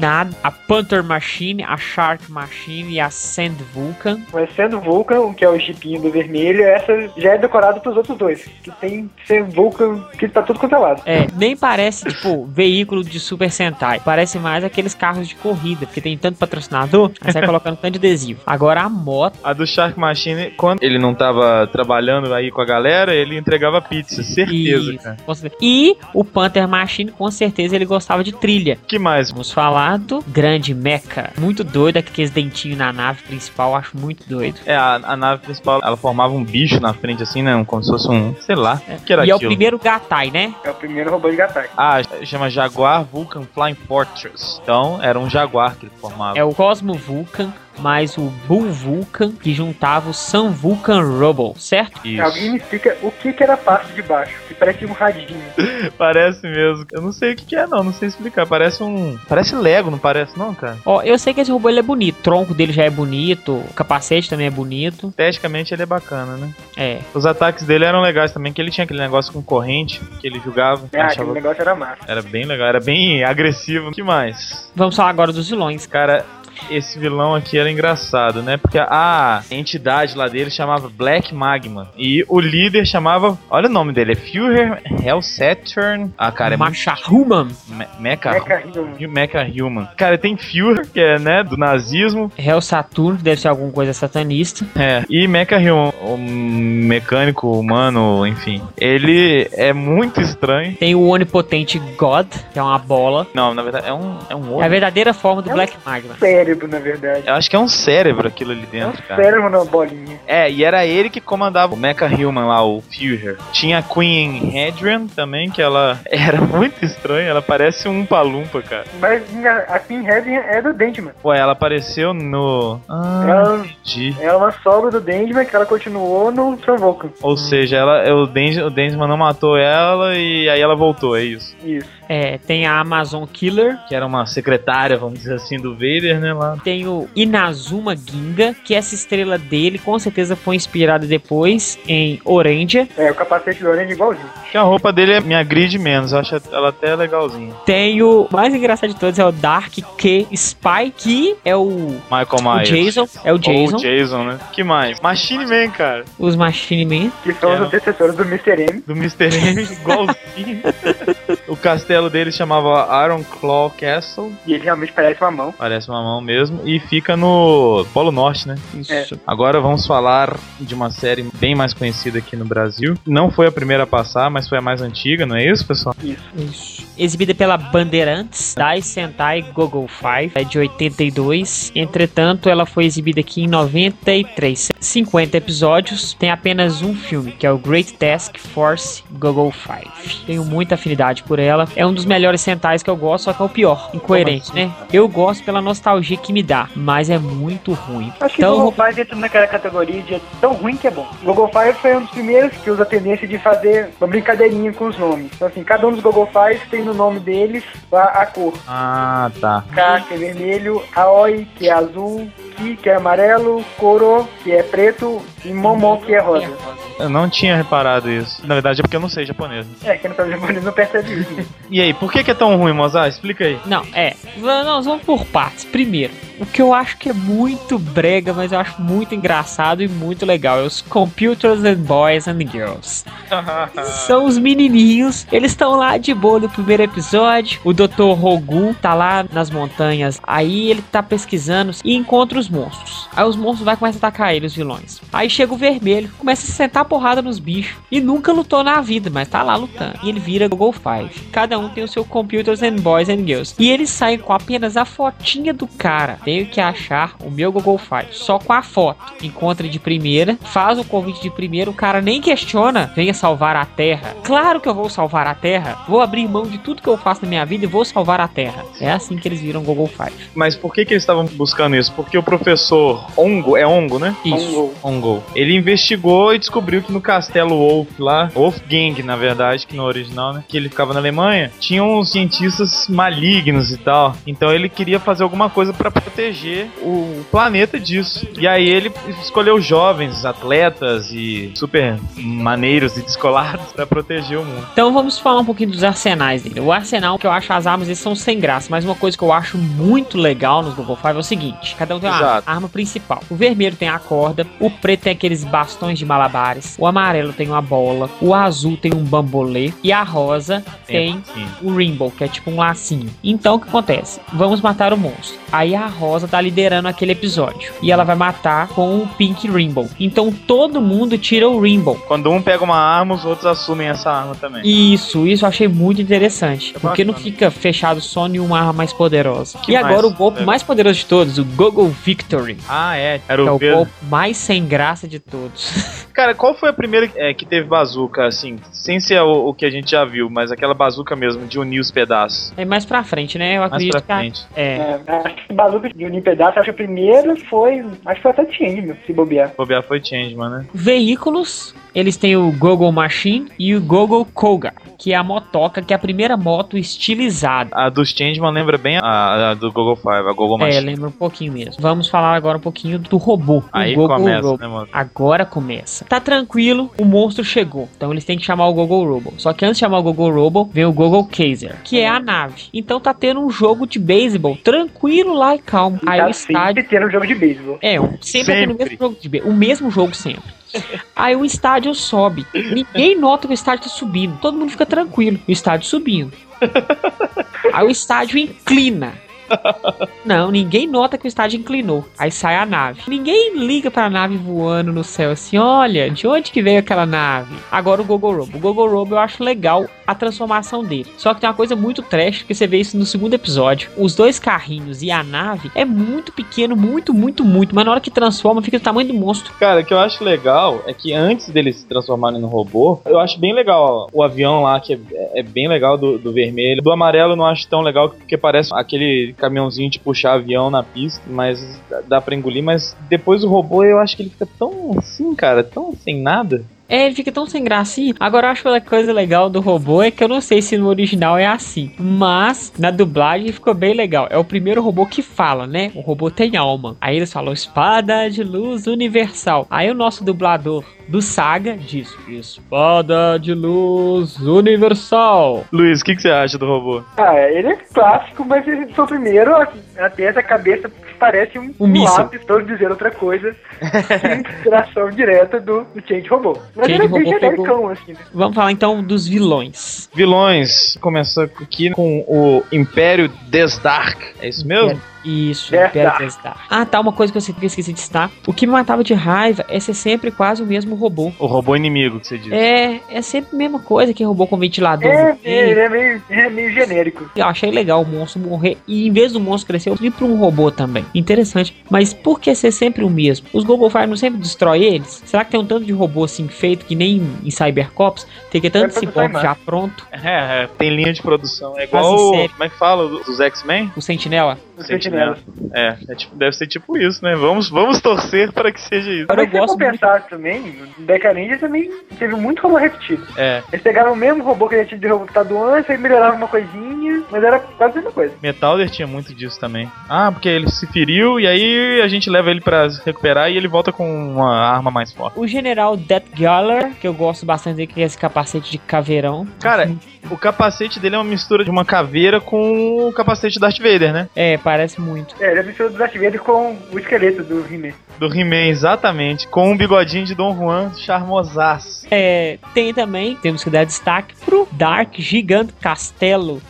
Nada. A Panther Machine, a Shark Machine e a Sand Vulcan. Mas sendo Vulcan, o que é o jipinho do vermelho, essa já é decorada pros outros dois. Que tem que ser Vulcan, que tá tudo quanto é lado. É, nem parece, tipo, veículo de Super Sentai. Parece mais aqueles carros de corrida, porque tem tanto patrocinador, aí sai colocando tanto de adesivo. Agora a moto. A do Shark Machine, quando ele não tava trabalhando aí com a galera, ele entregava pizza, certeza, e, cara. com certeza. E o Panther Machine, com certeza, ele gostava de trilha. que mais? Vamos falar do Grande Mecha. Muito doido aqueles dentinhos na nave principal, acho muito doido. É, a, a nave principal, ela formava um bicho na frente, assim, né? Como se fosse um, sei lá, o que era e é o aquilo? primeiro Gatai, né? É o primeiro robô de Gatai. Ah, chama Jaguar Vulcan Flying Fortress. Então, era um jaguar que ele formava. É o Cosmo Vulcan mais o Bull Vulcan que juntava o Sun Vulcan Robo, certo? É Alguém Isso. me explica o que que era a parte de baixo, que parece um radinho. Parece mesmo. Eu não sei o que, que é, não. Não sei explicar. Parece um. Parece Lego, não parece, não, cara? Ó, eu sei que esse robô ele é bonito, o tronco dele já é bonito, o capacete também é bonito. Esteticamente ele é bacana, né? É, Os ataques dele eram legais também, que ele tinha aquele negócio com corrente que ele jogava. Ah, aquele achava- negócio era massa. Era bem legal, era bem agressivo. O que mais? vamos falar agora dos vilões. Cara, esse vilão aqui era engraçado, né? Porque a entidade lá dele chamava Black Magma. E o líder chamava. Olha o nome dele, é Führer Hell Saturn. Ah, cara, é muito. Macha Human, Me- Mecha. É carrinho. Mecha Human. Cara, tem Führer, que é, né, do nazismo. Hell Saturn, É deve ser alguma coisa satanista. É. E Mecha Human, um mecânico humano, enfim. Ele é muito estranho. Tem o Onipotente God, que é uma bola. Não, na verdade, é um, é um É a outro. verdadeira forma do Black Magma. Cérebro, na verdade. Eu acho que é um cérebro aquilo ali É um dentro, cara. cérebro numa bolinha. É, e era ele que comandava o Mecha Human lá, o Führer. Tinha a Queen Hedron também, que ela era muito estranha, ela parece um palumpa, cara. Mas a, a Pinhead é do Dendman. Ué, ela apareceu no. Ah, Ela, entendi. ela é uma sobra do Dendman que ela continuou no Provocan. Ou seja, ela, o Dens- o Densman não matou ela e aí ela voltou, é isso. Isso. É, tem a Amazon Killer, Que era uma secretária, vamos dizer assim, do Vader, né, lá. Tem o Inazuma Ginga, que essa estrela dele com certeza foi inspirada depois em Orange. É, o capacete do Orange é igualzinho. Que a roupa dele é- me agride menos, eu acho ela até legalzinha. Tem o mais engraçado de todos, é o Dark K Spy, que é o, o Michael Myers. Jason. É o Jason, Ou o Jason, né? Que mais? Machine Man, cara. os Machine Men. Que são É. os antecessores do Mr. M. do Mr. M, igualzinho. o castelo dele chamava Iron Claw Castle, E ele realmente parece uma mão. parece uma mão mesmo, e fica no Polo Norte, né? É. Isso. Agora vamos falar de uma série bem mais conhecida aqui no Brasil. Não foi a primeira a passar, mas foi a mais antiga, não é isso, pessoal? Isso. Exibida pela Bandeirantes, Dai Sentai Gogol 5, é de 82. Entretanto, ela foi exibida aqui em 93. 50 episódios, tem apenas um filme, que é o Great Task Force Gogol 5. Tenho muita afinidade por ela. É um dos melhores Sentais que eu gosto, só que é o pior. Incoerente, assim? né? Eu gosto pela nostalgia que me dá, mas é muito ruim. Acho que o Então, Google Five entra naquela categoria de tão ruim que é bom. O Google Five foi um dos primeiros que usa a tendência de fazer uma brincadeirinha com os nomes. Então, assim, cada um dos Google Fives tem no nome deles a, a cor. Ah, tá. K, que é vermelho, Aoi, que é azul, Ki, que é amarelo, Koro, que é preto, e Momon, que é rosa. Eu não tinha reparado isso. Na verdade é porque eu não sei japonês. né? É, quem não sabe japonês não percebe isso. E aí, por que, que é tão ruim, Mozart? Explica aí. Não, é. V- Nós vamos por partes. Primeiro, o que eu acho que é muito brega, mas eu acho muito engraçado e muito legal é os Computers and Boys and Girls. São os menininhos, eles estão lá de boa no primeiro episódio. O Dr. Rogu tá lá nas montanhas, aí ele tá pesquisando e encontra os monstros. Aí os monstros vai começar a atacar ele, os vilões. Aí chega o vermelho, começa a sentar a porrada nos bichos e nunca lutou na vida, mas tá lá lutando. E ele vira Google Five. Cada um tem o seu Computers and Boys and Girls. E eles saem com apenas a fotinha do cara. Tenho que achar o meu Google Five. Só com a foto. Encontra de primeira, faz o convite de primeira, o cara nem questiona. Venha salvar a Terra. Claro que eu vou salvar a Terra. Vou abrir mão de tudo que eu faço na minha vida e vou salvar a Terra. É assim que eles viram Google Five. Mas por que, que eles estavam buscando isso? Porque o professor Ongo, é Ongo, né? Isso. Mongol. Ongo. Ele investigou e descobriu que no castelo Wolf lá, Wolfgang, na verdade, que no original, né, que ele ficava na Alemanha, tinham uns cientistas malignos e tal. Então ele queria fazer alguma coisa pra proteger o planeta disso. E aí ele escolheu jovens, atletas e super maneiros e descolados pra proteger o mundo. Então vamos falar um pouquinho dos arsenais dele. O arsenal que eu acho as armas eles são sem graça, mas uma coisa que eu acho muito legal nos Google Five é o seguinte: cada um tem uma Exato. arma principal. O vermelho tem a corda, o preto tem aqueles bastões de malabares, colares. O amarelo tem uma bola, o azul tem um bambolê e a rosa tem Sim. o rainbow, que é tipo um lacinho. Então o que acontece? Vamos matar o monstro. Aí a Rosa tá liderando aquele episódio e ela vai matar com o pink rainbow. Então todo mundo tira o rainbow. Quando um pega uma arma, os outros assumem essa arma também. Isso, isso eu achei muito interessante. É porque não bacana. fica fechado só em uma arma mais poderosa. Que e mais? agora o golpe É. mais poderoso de todos, o Gogo Victory. Ah, é. Era Que é o o Pedro. golpe mais sem graça de todos. Cara, qual foi a primeira é, que teve bazuca, assim? Sem ser o, o que a gente já viu, mas aquela bazuca mesmo, de unir os pedaços. É mais pra frente, né? Eu Mais acredito pra que a- frente. É. É, acho que Bazuca de unir pedaço, acho que o primeiro foi. Acho que foi até Change, se bobear. Bobear foi Changeman, né? Veículos, eles têm o Gogo Machine e o Gogo Koga, que é a motoca, que é a primeira moto estilizada. A dos Changeman lembra bem a, a do Google Five, a Google É, Machine. lembra um pouquinho mesmo. Vamos falar agora um pouquinho do robô. o Aí Gogo começa, Robo. né, mano? Agora começa. Tá tranquilo, o monstro chegou. Então eles têm que chamar o Gogo Robo. Só que antes de chamar o Gogo Robo, vem o Gogo Kaiser, que é a nave. Então tá tendo um jogo de beisebol tranquilo lá e calmo. E Aí tá o estádio sempre tendo um jogo de beisebol. É, o- sempre, é aquele Sempre. mesmo jogo de B, o mesmo jogo sempre. Aí o estádio sobe. Ninguém nota que o estádio tá subindo. Todo mundo fica tranquilo. O estádio subindo. Aí o estádio inclina. Não, ninguém nota que o estádio inclinou. Aí sai a nave. Ninguém liga pra nave voando no céu assim. Olha, de onde que veio aquela nave? Agora o Gogorobo. O Gogorobo eu acho legal a transformação dele. Só que tem uma coisa muito trash, porque você vê isso no segundo episódio. Os dois carrinhos e a nave é muito pequeno, muito, muito, muito. Mas na hora que transforma, fica do tamanho do monstro. Cara, o que eu acho legal é que antes deles se transformarem no robô, eu acho bem legal ó, o avião lá, que é, é bem legal do, do vermelho. Do amarelo eu não acho tão legal, porque parece aquele caminhãozinho de puxar avião na pista, mas dá- dá pra engolir. Mas depois o robô eu acho que ele fica tão assim, cara, tão sem nada. É, ele fica tão sem gracinha. Agora eu acho que a coisa legal do robô é que eu não sei se no original é assim. Mas na dublagem ficou bem legal. É o primeiro robô que fala, né? O robô tem alma. Aí eles falam espada de luz universal. Aí o nosso dublador do Saga diz: Espada de luz universal. Luiz, o que, que você acha do robô? Ah, ele é clássico, mas ele foi o primeiro a a ter essa cabeça que parece um, Um míssil. lápis, todo dizer outra coisa. inspiração direta do, do Change Robô. Mas Change ele é bem Robô pegou. genericão, assim, né? Vamos falar então dos vilões. Vilões, começando aqui com o Império Des Dark. É isso mesmo? Isso, Death Império Star. Death Star. Ah, tá, uma coisa que eu sempre esqueci de destacar. O que me matava de raiva é ser sempre quase o mesmo robô. O robô inimigo que você disse. É, é sempre a mesma coisa que robô com ventilador. É, E é, ele é meio, ele é meio genérico. Eu achei legal o monstro morrer e em vez do monstro crescer, eu fui pra um robô também. Interessante. Mas por que ser sempre o mesmo? Os Global Fire não sempre destrói eles? Será que tem um tanto de robô assim feito que nem em Cybercops? Tem que ter tanto Vai cyborg É pra Cyber. já pronto? É, é, tem linha de produção. É Faz igual. em o- série. Como é que fala? do- Dos X-Men? O Sentinela? Os Sentinela. sentinelas. É, é tipo- deve ser tipo isso, né? Vamos, vamos torcer para que seja isso. Agora eu Mas se eu gosto for muito. pensar também, o Deca Ninja também teve muito robô repetido. É, Eles pegaram o mesmo robô que a gente derrubado antes, aí melhoravam uma coisinha, mas era quase a mesma coisa. Metalder tinha muito disso também. Ah, porque ele se feriu e aí a gente leva ele pra se recuperar e ele volta com uma arma mais forte. O General Death Galler, que eu gosto bastante dele, que é esse capacete de caveirão. Cara, o capacete dele é uma mistura de uma caveira com o capacete do Darth Vader, né? É, parece muito. É, ele é mistura do Darth Vader com o esqueleto do He-Man. Do He-Man, exatamente. Com um bigodinho de Dom Juan charmosaz. É, tem também, temos que dar destaque pro Dark Gigante Castelo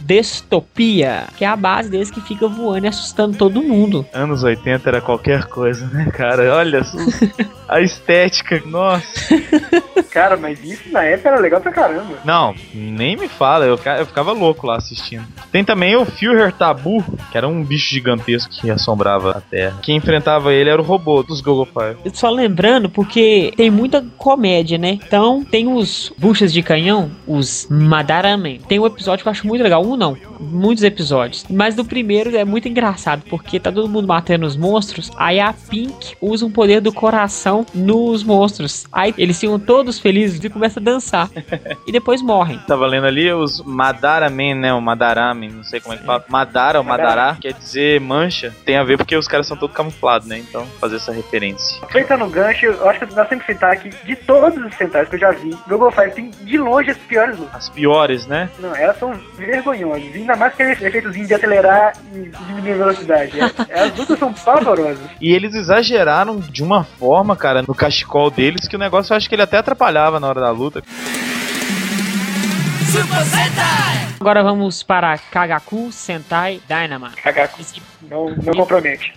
Destopia, que é a base deles que fica voando e assustando todo mundo. Anos 80 era qualquer coisa, né, cara? Olha só a estética. Nossa. Cara, mas isso na época era legal pra caramba. Não, nem me fala, eu, fica- eu ficava louco lá assistindo. Tem também o Führer Tabu, que era um bicho gigantesco que assombrava a Terra. Quem enfrentava ele era o robô dos Google Five. Só lembrando, porque tem muita comédia, né? Então, tem os buchas de canhão, os Madaramen. Tem um episódio que eu acho muito legal. Um não, muitos episódios. Mas do primeiro é muito engraçado, porque tá todo mundo matando os monstros. Aí a Pink usa um poder do coração nos monstros. Aí eles ficam todos felizes e começam a dançar. e depois morrem. Tava lendo ali os Madaramen, né? O Madaramen, não sei como é que fala. Madara ou Madará, quer dizer mancha. Tem a ver porque os caras são todos camuflados, né? Então, fazer essa referência. Aproveitando o gancho, eu acho que nós temos que citar aqui, de todos os centais que eu já vi. Google Fire tem de longe as piores luzes. As piores, né? Não, elas são vergonhosas. Ainda mais que aquele efeitozinho de acelerar e diminuir a velocidade. É, As lutas são pavorosas. E eles exageraram de uma forma, cara, no cachecol deles, que o negócio eu acho que ele até atrapalhava na hora da luta. Agora vamos para Kagaku Sentai Dynama. Cagaco, não, não compromete.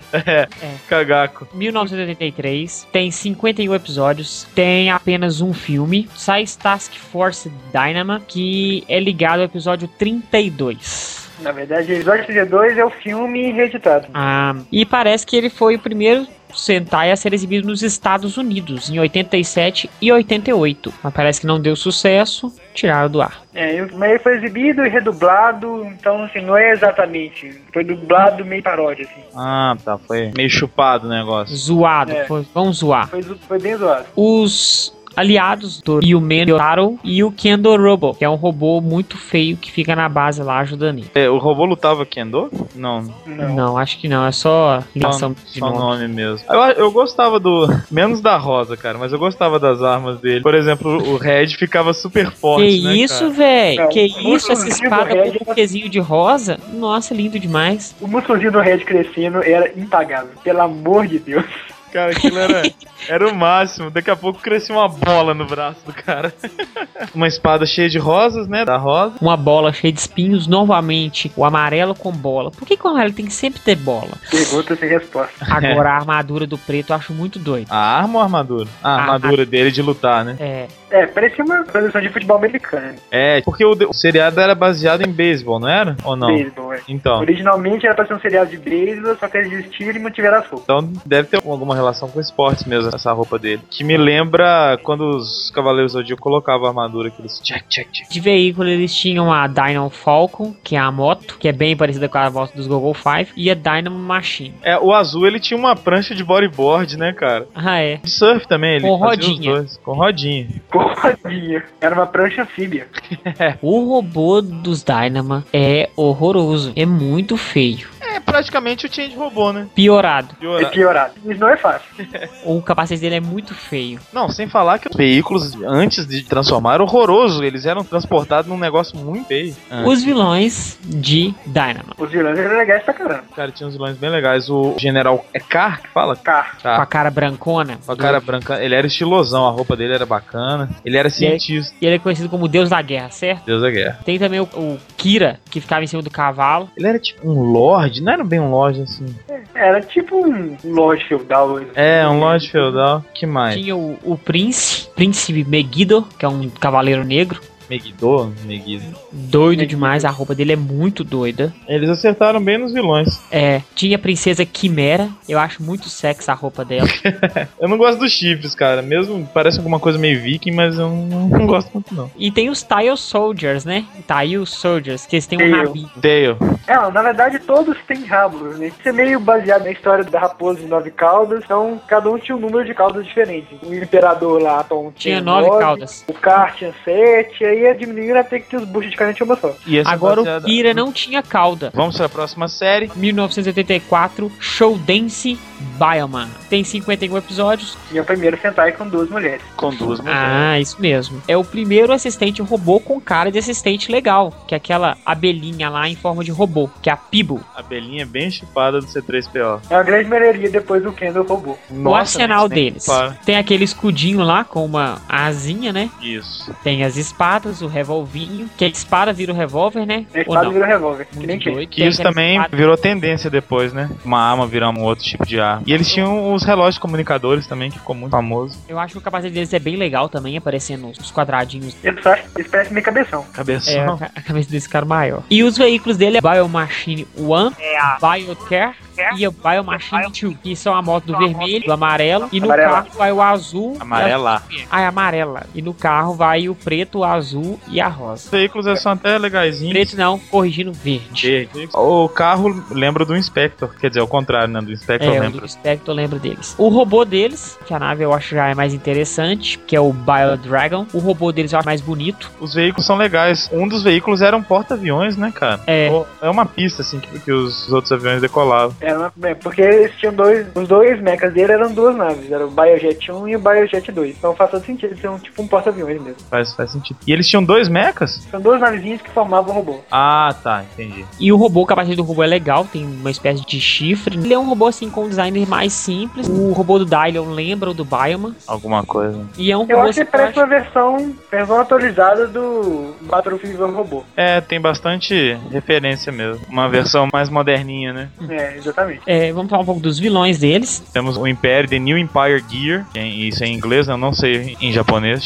Cagaco. 1983, tem 51 episódios, tem apenas um filme, sai Task Force Dynama, que é ligado ao episódio 32. Na verdade, o episódio 32 é o filme reeditado. Ah, e parece que ele foi o primeiro Sentai a ser exibido nos Estados Unidos, em 87 e 88. Mas parece que não deu sucesso, tiraram do ar. É, eu- mas ele foi exibido e redublado, então assim, não é exatamente. Foi dublado meio paródia, assim. Ah, tá. Foi meio chupado o negócio. Zoado, É. foi, vamos zoar. Foi, zo- foi bem zoado. Os aliados do Yumen Yotaro e o Kendo Robo, que é um robô muito feio que fica na base lá ajudando ele. É, o robô lutava Kendo? Não, Não. Não. acho que não, é só só, ligação de só nome. nome mesmo. Eu, eu gostava do. Menos da rosa, cara, mas eu gostava das armas dele. Por exemplo, o Red ficava super forte. Que né, isso, cara? velho? Não, Que o isso? Essa Rodrigo espada Red- com um buquezinho de rosa? Nossa, lindo demais. O músculozinho do Red crescendo era impagável, pelo amor de Deus. Cara, aquilo era, era o máximo. Daqui a pouco crescia uma bola no braço do cara. uma espada cheia de rosas, né? Da rosa. Uma bola cheia de espinhos, novamente. O amarelo com bola. Por que, que o amarelo tem que sempre ter bola? Pergunta sem resposta. Agora, a armadura do preto eu acho muito doido. A arma ou a armadura? Ah, A Ah, A- armadura dele de lutar, né? É, É, parecia uma produção de futebol americano. É, porque o, de- o seriado era baseado em beisebol, não era? Ou não? Beisebol, é. Então. Originalmente era pra ser um seriado de beisebol, só que eles desistiram e mantiveram as roupas. Então deve ter alguma relação com esportes mesmo, essa roupa dele. Que me lembra quando os Cavaleiros do Zodíaco colocavam a armadura, aqueles check, check, check. de veículo eles tinham a Dynamo Falcon, que é a moto, que é bem parecida com a moto dos Google Five, e a Dynamo Machine. É, o azul ele tinha uma prancha de bodyboard, né, cara? Ah, é. De surf também, ele Com fazia os rodinha. dois. Com rodinha. Coadinha. Era uma prancha anfíbia. O robô dos Dynama é horroroso. É muito feio. É praticamente o Change Robô, né? Piorado. É piorado. Isso não é fácil. O capacete dele é muito feio. Não, sem falar que os veículos, antes de transformar, eram horroroso. Eles eram transportados num negócio muito feio. Ah, Os vilões de Dynama. Os vilões eram legais pra caramba. Cara, tinha uns vilões bem legais. O general. É Car que fala? Tá. Com Tá. a cara brancona. Com a cara branca. Ele era estilosão, a roupa dele era bacana. Ele era cientista. E ele é conhecido como Deus da Guerra, certo? Deus da guerra. Tem também o, o Kira, que ficava em cima do cavalo. Ele era tipo um lorde, não era bem um lorde assim. Era tipo um Lorde Feudal. assim. É, um lorde feudal. Que mais? Tinha o, o Prince, Príncipe Megiddo, que é um cavaleiro negro. Megiddo? Megiddo. Doido demais, a roupa dele é muito doida. Eles acertaram bem nos vilões. É, tinha a princesa Quimera, eu acho muito sexy a roupa dela. Eu não gosto dos chifres, cara. Mesmo parece alguma coisa meio viking, mas eu não, não gosto muito não. E tem os Tile Soldiers, né? Tile Soldiers, que eles têm um Tail. rabinho. Dale. É, na verdade todos têm rabos, né? Isso é meio baseado na história da raposa de nove caudas, então cada um tinha um número de caudas diferente. O imperador lá, Tom, Tinha nove caudas. O Car tinha sete, aí ia diminuindo até que tinha os buchos diferentes de uma só. E essa Agora o baseada- Kira não tinha cauda. Vamos para a próxima série. 1984, Showdance Bioman. Tem 51 episódios. E é o primeiro Sentai com duas mulheres. Com duas mulheres. Ah, isso mesmo. É o primeiro assistente robô com cara de assistente legal, que é aquela abelhinha lá em forma de robô, que é a Pibo. A belinha é bem chupada do C3PO. É uma grande melhoria depois do Kendall roubou. O né, arsenal mas tem que deles. parar. Tem aquele escudinho lá com uma asinha, né? Isso. Tem as espadas, o revolvinho, que a espada vira o revólver, né? Ou A É, espada não? Um virou revólver, que nem Muito tinha. doido. Que Tem isso aquela também espada- virou tendência depois, né? Uma arma virar um outro tipo de arma. E eles tinham os relógios comunicadores também, que ficou muito famoso. Eu acho que o capacete deles é bem legal também, aparecendo os quadradinhos. Eu só acho que isso parece meio cabeção. É, a Cabeção. ca- a cabeça desse cara é maior. E os veículos dele é Biomachine One, é a Biocare e a Biomachine 2, que são a moto do vermelho, do amarelo, e no Amarela. carro vai o azul. e a- Amarela. Ah, é amarela. E no carro vai o preto, o azul e a Os rosa. veículos são até legaisinhos. Preto não, corrigindo verde. O carro lembra do Inspector, quer dizer, ao contrário, né? Do Inspector É, o lembra. do Spectre eu lembro deles. O robô deles, que a nave eu acho já é mais interessante, que é o Bio Dragon. O robô deles eu acho mais bonito. Os veículos são legais. Um dos veículos era um porta-aviões, né, cara? É. É uma pista, assim, que, que os outros aviões decolavam. Era uma- é, porque eles tinham dois. Os dois mechas dele eram duas naves. Era o Biojet 1 e o Biojet 2. Então faz todo sentido. Eles são tipo um porta-aviões mesmo. Faz, faz sentido. E eles tinham dois mechas? São duas navezinhas que formavam o robô. Ah, tá, entendi. E o robô, o capacete do robô é legal, tem uma espécie de chifre. Ele é um robô assim com um design mais simples. O robô do Dylion lembra o do Bioman. Alguma coisa. E é um Eu robô acho que parece simpático. uma versão, versão atualizada do Battlefield Robô. É, tem bastante referência mesmo. Uma versão mais moderninha, né? É, exatamente. É, vamos falar um pouco dos vilões deles. Temos o Império, The New Empire Gear. que é- Isso é em inglês, eu não sei em japonês.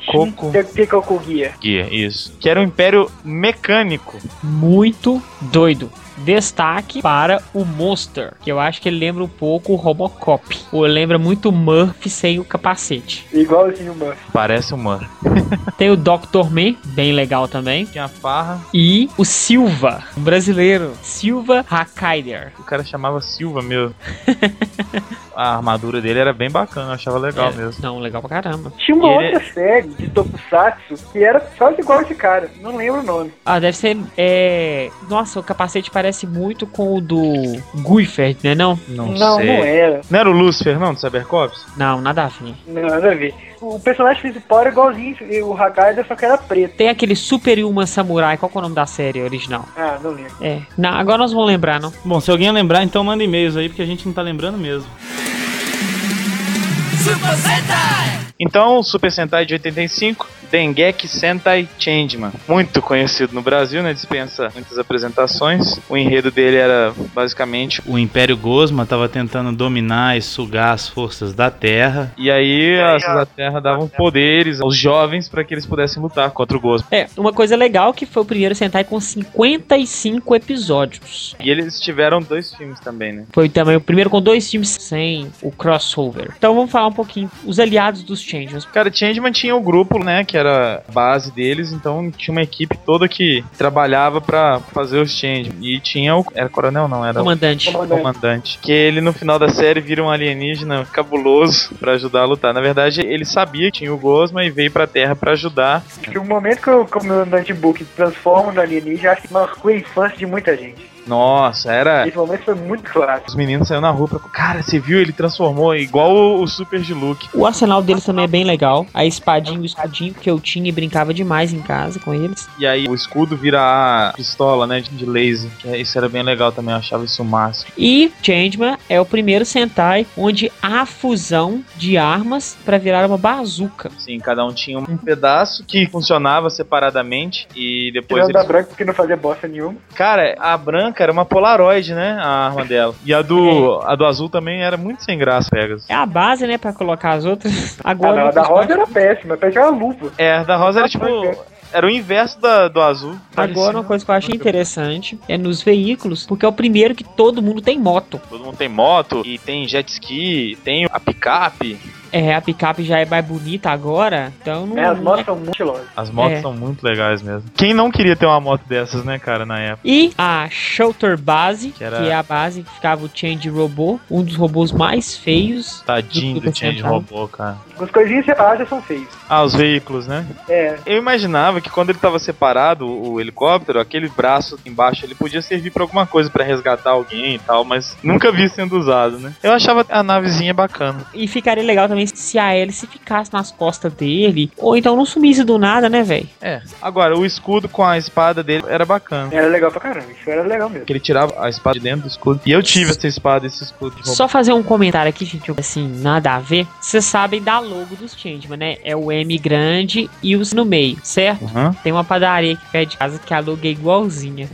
Shinteikoku Kikoku Guia. Gear, isso. Que era um império mecânico. Muito doido. Destaque para o Monster, que eu acho que ele lembra um pouco o Robocop. Ou lembra muito o Murphy sem o capacete. Igual assim o Muff. Parece um mano. Tem o Dr. Man, bem legal também. Tinha farra, E o Silva, um brasileiro. Silva Hakaider. o cara chamava Silva mesmo. A armadura dele era bem bacana, eu achava legal É, mesmo. Não, legal pra caramba. Tinha uma Ele- outra série de Tokusatsu que era só igual esse cara. Não lembro o nome. Ah, deve ser. É. Nossa, o capacete parece muito com o do Guifer, né? Não, Não, Não, não, é. sei. era. Não era o Lúcifer, não, do Cybercops? não, nada a ver. Não, nada a ver. O personagem principal era igualzinho e o Hakaider, só que era preto. Tem aquele Super Human Samurai, qual que é o nome da série original? Ah, não lembro. É. Não, agora nós vamos lembrar, não. Bom, se alguém lembrar, então manda e-mails aí, porque a gente não tá lembrando mesmo. Então, Super Sentai de 85, Dengeki Sentai Changeman. Muito conhecido no Brasil, né? Dispensa muitas apresentações. O enredo dele era basicamente. O Império Gosma tava tentando dominar e sugar as forças da Terra. E aí, aí, as da Terra davam poderes aos jovens para que eles pudessem lutar contra o Gosmo. É, uma coisa legal que foi o primeiro Sentai com 55 episódios. E eles tiveram dois filmes também, né? Foi também o primeiro com dois times sem o crossover. Então vamos falar um pouquinho os aliados dos Changements. Cara, Changeman tinha o grupo, né, que era a base deles, então tinha uma equipe toda que trabalhava pra fazer os Changeman. E tinha o... Era coronel, não, era o Comandante. Comandante. comandante. Que ele, no final da série, vira um alienígena cabuloso pra ajudar a lutar. Na verdade, ele sabia que tinha o Gosma e veio pra Terra pra ajudar. Que o momento que o comandante Book transforma no alienígena, acho que marcou a infância de muita gente. Nossa, era... Esse momento foi muito claro. Os meninos saíram na rua pra... Cara, você viu? Ele transformou igual o, o Super de Luke. O arsenal deles também é bem legal. A espadinha e o escudinho que eu tinha e brincava demais em casa com eles. E aí o escudo vira a pistola, né, de- de laser. Que é- Isso era bem legal também, eu achava isso o máximo. E Changeman é o primeiro Sentai onde há a fusão de armas pra virar uma bazuca. Sim, cada um tinha um pedaço que funcionava separadamente e depois Tirando da eles... branca porque não fazia bosta nenhuma. Cara, a branca era uma Polaroid, né? A arma dela. E a do, a do azul também era muito sem graça, Pegasus. É a base, né, Pra colocar as outras. Ah, não, Agora a da rosa era péssima, parecia uma lupa. É, a da rosa era tipo... Era o inverso da, do azul. Ah, Agora, Parecia- uma coisa que eu achei interessante é nos veículos, porque é o primeiro que todo mundo tem moto. Todo mundo tem moto, e tem jet ski, tem a picape. É, a picape já é mais bonita agora, então não. Né? As motos são muito estilosas. As motos É. são muito legais mesmo. Quem não queria ter uma moto dessas, né, cara, na época? E a Shelter Base, que, Que era- é a base que ficava o Change Robô, um dos robôs mais feios. Tadinho do Super Change Sentai. Robô, cara. As coisinhas separadas são feias. Ah, os veículos, né? É, Eu imaginava que quando ele tava separado, o helicóptero, aquele braço embaixo, ele podia servir pra alguma coisa, pra resgatar alguém e tal, mas nunca vi sendo usado, né? Eu achava a navezinha bacana. E ficaria legal também se a hélice ficasse nas costas dele, ou então não sumisse do nada, né, velho? É. Agora, o escudo com a espada dele era bacana. era legal pra caramba. Isso era legal mesmo. Que ele tirava a espada de dentro do escudo. E eu tive essa espada, esse escudo de robô. Só fazer um comentário aqui, gente, assim, nada a ver. Vocês sabem da logo dos Changeman, né? É o M grande e os no meio, certo? Aham. Tem uma padaria aqui perto de casa que a logo é igualzinha.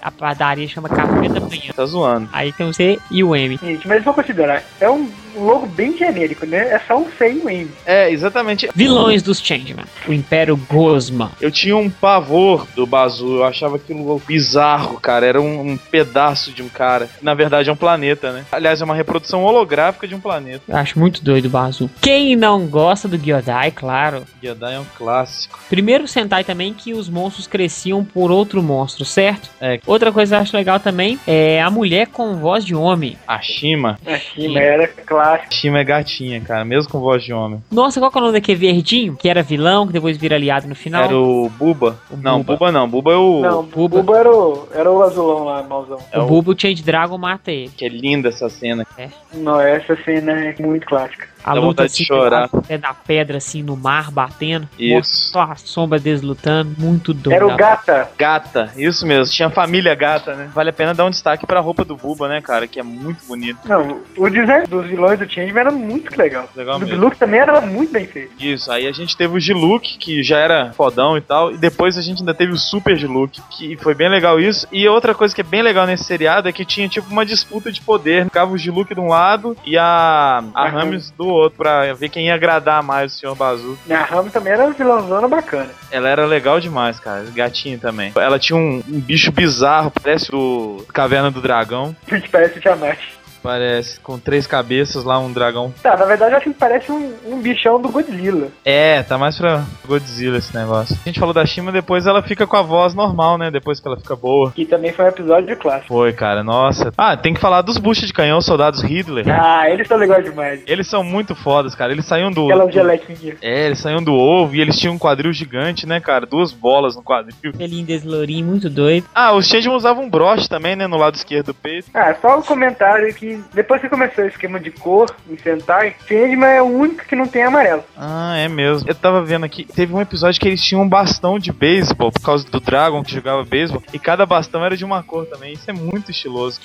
a padaria chama Café da Manhã. Tá zoando. Aí tem o C e o M. Gente, mas vou considerar. É um logo bem genérico, né? É só um C e um M. É, exatamente. Vilões dos Changeman. O Império Gosma. Eu tinha um pavor do Bazu. Eu achava aquilo bizarro, cara. Era um, um pedaço de um cara. Na verdade, é um planeta, né? Aliás, é uma reprodução holográfica de um planeta. Eu acho muito doido o Bazu. Quem não gosta do Gyodai, claro. Yadai é um clássico. Primeiro Sentai também que os monstros cresciam por outro monstro, certo? É. Outra coisa que eu acho legal também é a mulher com voz de homem. A Shima. A Shima Assim, era fantástico. Shima é gatinha, cara, mesmo com voz de homem. Nossa, qual que é o nome daquele verdinho? Que era vilão, que depois vira aliado no final. Era o Buba? não, Buba. Buba não. Buba é o. Não, o Buba. Buba era o, era o azulão lá, mauzão. é o Bulbo, o Change Dragon mata ele. Que é linda essa cena. Não, essa cena é muito clássica. A Dá luta vontade de chorar. pelo pé da pedra, assim, no mar, batendo. Isso. Só a sombra deles lutando, muito doido. Era o Gata. Gata, isso mesmo. Tinha família gata, né? Vale a pena dar um destaque pra roupa do Buba, né, cara? Que é muito bonito. Não, o design dos vilões do Changeman era muito legal. Legal do mesmo. Luke também era muito bem feito. Isso, aí a gente teve o Diluc, que já era fodão e tal, e depois a gente ainda teve o Super Diluc, que foi bem legal isso. E outra coisa que é bem legal nesse seriado é que tinha tipo uma disputa de poder. Ficava o Diluc de um lado e a, a Rames do outro, pra ver quem ia agradar mais o Senhor Bazu. A Ram também era uma vilãzona bacana. Ela era legal demais, cara, gatinho também. Ela tinha um, um bicho bizarro, parece do Caverna do Dragão, Que parece o Tiamat. parece, com três cabeças lá, um dragão. Tá, na verdade eu acho que parece um, um bichão do Godzilla. É, tá mais pra Godzilla esse negócio. A gente falou da Shima, depois ela fica com a voz normal, né, depois que ela fica boa. Que também foi um episódio clássico. Foi, cara, nossa. Ah, tem que falar dos buchas de canhão, soldados Hitler. Ah, eles são legais demais. Eles são muito fodas, cara. Eles saíam do. Aquela gelequinha. É, eles saíam do ovo e eles tinham um quadril gigante, né, cara? Duas bolas no quadril. Pelinho desse lourinho, muito doido. Ah, os Changeman usavam um broche também, né? No lado esquerdo do peito. Ah, só um comentário que depois que começou o esquema de cor em Sentai, Changeman é o único que não tem amarelo. Ah, é mesmo. Eu tava vendo aqui, teve um episódio que eles tinham um bastão de beisebol, por causa do Dragon que jogava beisebol, e cada bastão era de uma cor também. Isso é muito estiloso.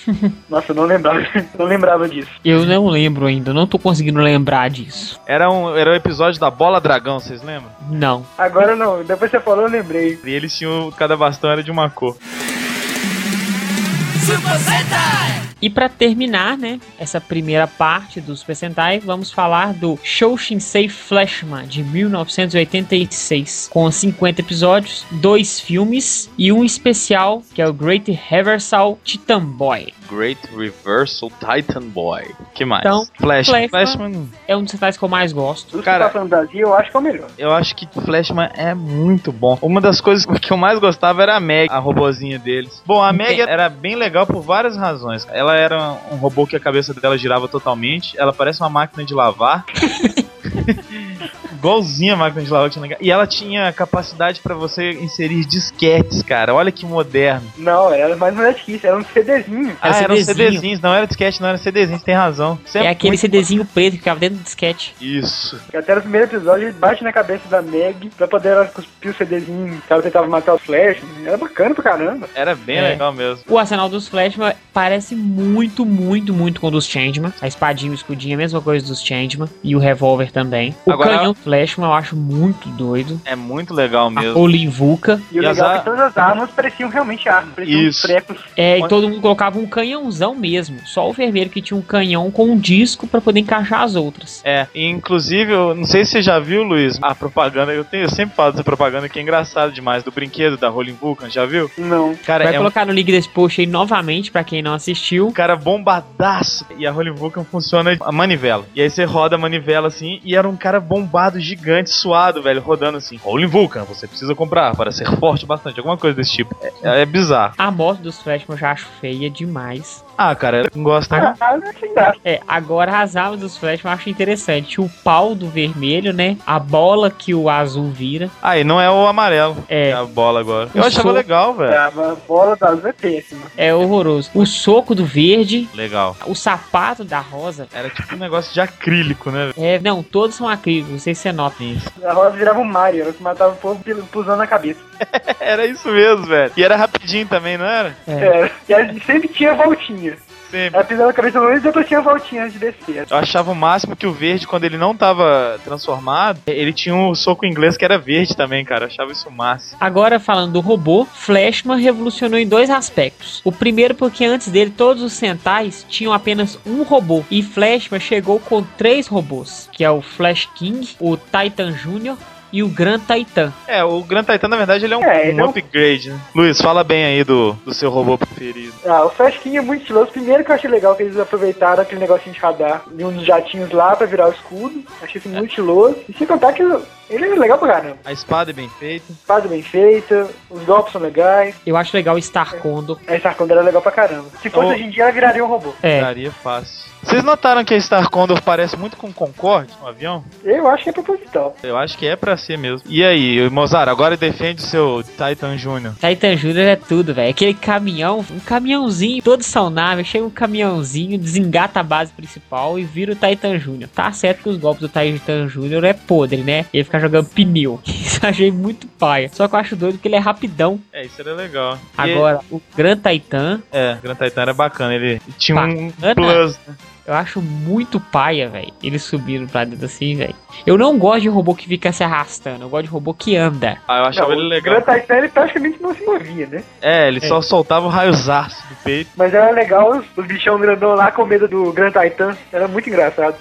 Nossa, eu não lembrava, não lembrava disso. Eu não lembro ainda, não tô conseguindo lembrar disso. Era um, era um episódio da Bola Dragão, vocês lembram? Não. Agora não, depois que você falou, eu lembrei. E eles tinham, cada bastão era de uma cor. E pra terminar, né, essa primeira parte do Super Sentai, vamos falar do Shoshinsei Flashman de 1986, com 50 episódios, dois filmes e um especial que é o Great Reversal Titan Boy. Great Reversal Titan Boy. Que mais? Então, Flashman. Flashman. Flashman. É um dos Sentais que eu mais gosto. Tudo Cara- que tá falando da Zia, eu acho que é o melhor. Eu acho que Flashman é muito bom. Uma das coisas que eu mais gostava era a Meg, a robozinha deles. Bom, a Meg era bem legal por várias razões. Ela era um robô que a cabeça dela girava totalmente. Ela parece uma máquina de lavar. Igualzinha a máquina de lavar que tinha na ca- E ela tinha capacidade pra você inserir disquetes, cara. Olha que moderno. Não, era mais um Netflix, era um CDzinho. Era ah, eram CDzinho. CDzinhos. Não era disquete, não era CDzinhos. Tem razão. Isso É aquele muito- CDzinho preto que ficava dentro do disquete. Isso. Que até no primeiro episódio ele bate na cabeça da Meg pra poder ela cuspir o CDzinho, que ela tentava matar o Flash. Era bacana pra caramba. Era bem É. legal mesmo. O arsenal dos Flashman parece muito, muito, muito com o dos Changeman. A espadinha e o escudinho é a mesma coisa dos Changeman. E o revólver também. O Agora- canhão Flashman eu acho muito doido. É muito legal A mesmo. Colin Vulca. E o E as legal é ar- que todas as armas pareciam realmente armas, pareciam uns Isso. trecos. É, e Olha- todo mundo colocava um canhãozão mesmo. Só o vermelho que tinha um canhão com um disco pra poder encaixar as outras. É, e inclusive, eu não sei se você já viu, Luiz, a propaganda, eu, tenho, eu sempre falo dessa propaganda que é engraçada demais, do brinquedo da Rolling Vulcan, já viu? Não. Cara, Vai é colocar no link desse post aí novamente pra quem não assistiu. um cara bombadaço, e a Rolling Vulcan funciona a manivela. E aí você roda a manivela assim, e era um cara bombado, gigante, suado, velho, rodando assim, Rolling Vulcan, você precisa comprar para ser forte bastante, alguma coisa desse tipo. É, é bizarro. A morte dos Flashman eu já acho feia demais. Ah, cara, eu não gosto, né? Ah, não sei lá. É, agora as armas dos Flashman eu acho interessante. O pau do vermelho, né? A bola que o azul vira. Ah, e não é o amarelo, é É, a bola agora. Eu Eu achava sou- legal, velho. A bola da Azul é péssima. é horroroso. O soco do verde. Legal. O sapato da rosa. Era tipo um negócio de acrílico, né? É, não, todos são acrílicos, não sei se você nota. A rosa virava um Mario, ela que matava o povo pil- pusando na cabeça. Era isso mesmo, velho. E era rapidinho também, não era? É. É. E ela sempre tinha voltinha. Sempre. Ela pisava na cabeça do Luiz e depois tinha voltinha antes de descer. Eu achava o máximo que o verde, quando ele não tava transformado, ele tinha um soco inglês que era verde também, cara. Eu achava isso o máximo. Agora falando do robô, Flashman revolucionou em dois aspectos. O primeiro porque antes dele todos os Sentais tinham apenas um robô e Flashman chegou com três robôs, que é o Flash King, o Titan Jr. e o Gran Titan. É, o Gran Titan, na verdade, ele é um, É, ele um é um- upgrade, né? Luiz, fala bem aí do, do seu robô preferido. Ah, o Flash King é muito estiloso. Primeiro que eu achei legal que eles aproveitaram aquele negocinho de radar de uns jatinhos lá pra virar o escudo. Achei isso muito estiloso. E sem contar que ele é legal pra caramba. A espada é bem feita. Fase bem feita, os golpes são legais. Eu acho legal o Star Condor. A Starconder é legal pra caramba. Se fosse Oh. hoje em dia, ela viraria um robô. É, Daria fácil. Vocês notaram que a Star Condor parece muito com o Concorde, um avião? Eu acho que é proposital. Eu acho que é pra ser mesmo. E aí, Mozart, agora defende o seu Titan Jr. Titan Júnior é tudo, velho. Aquele caminhão, um caminhãozinho, todos são nave, chega um caminhãozinho, desengata a base principal e vira o Titan Júnior. Tá certo que os golpes do Titan Júnior é podre, né? Ele fica jogando pneu. Isso eu achei muito paia. Só que eu acho doido que ele é rapidão. É, isso era legal. E- Agora, o Gran Titan, é, o Gran Titan era bacana, ele tinha um Bacana? plus. eu acho muito paia, velho. Ele subindo pra dentro assim, velho. Eu não gosto de robô que fica se arrastando. Eu gosto de robô que anda. Ah, eu achava Não, ele o legal. Grand Titan ele praticamente não se movia, né? É, ele É. só soltava o raio zaço do peito. Mas era legal os, os bichão grandão lá com medo do Grand Titan. Era muito engraçado.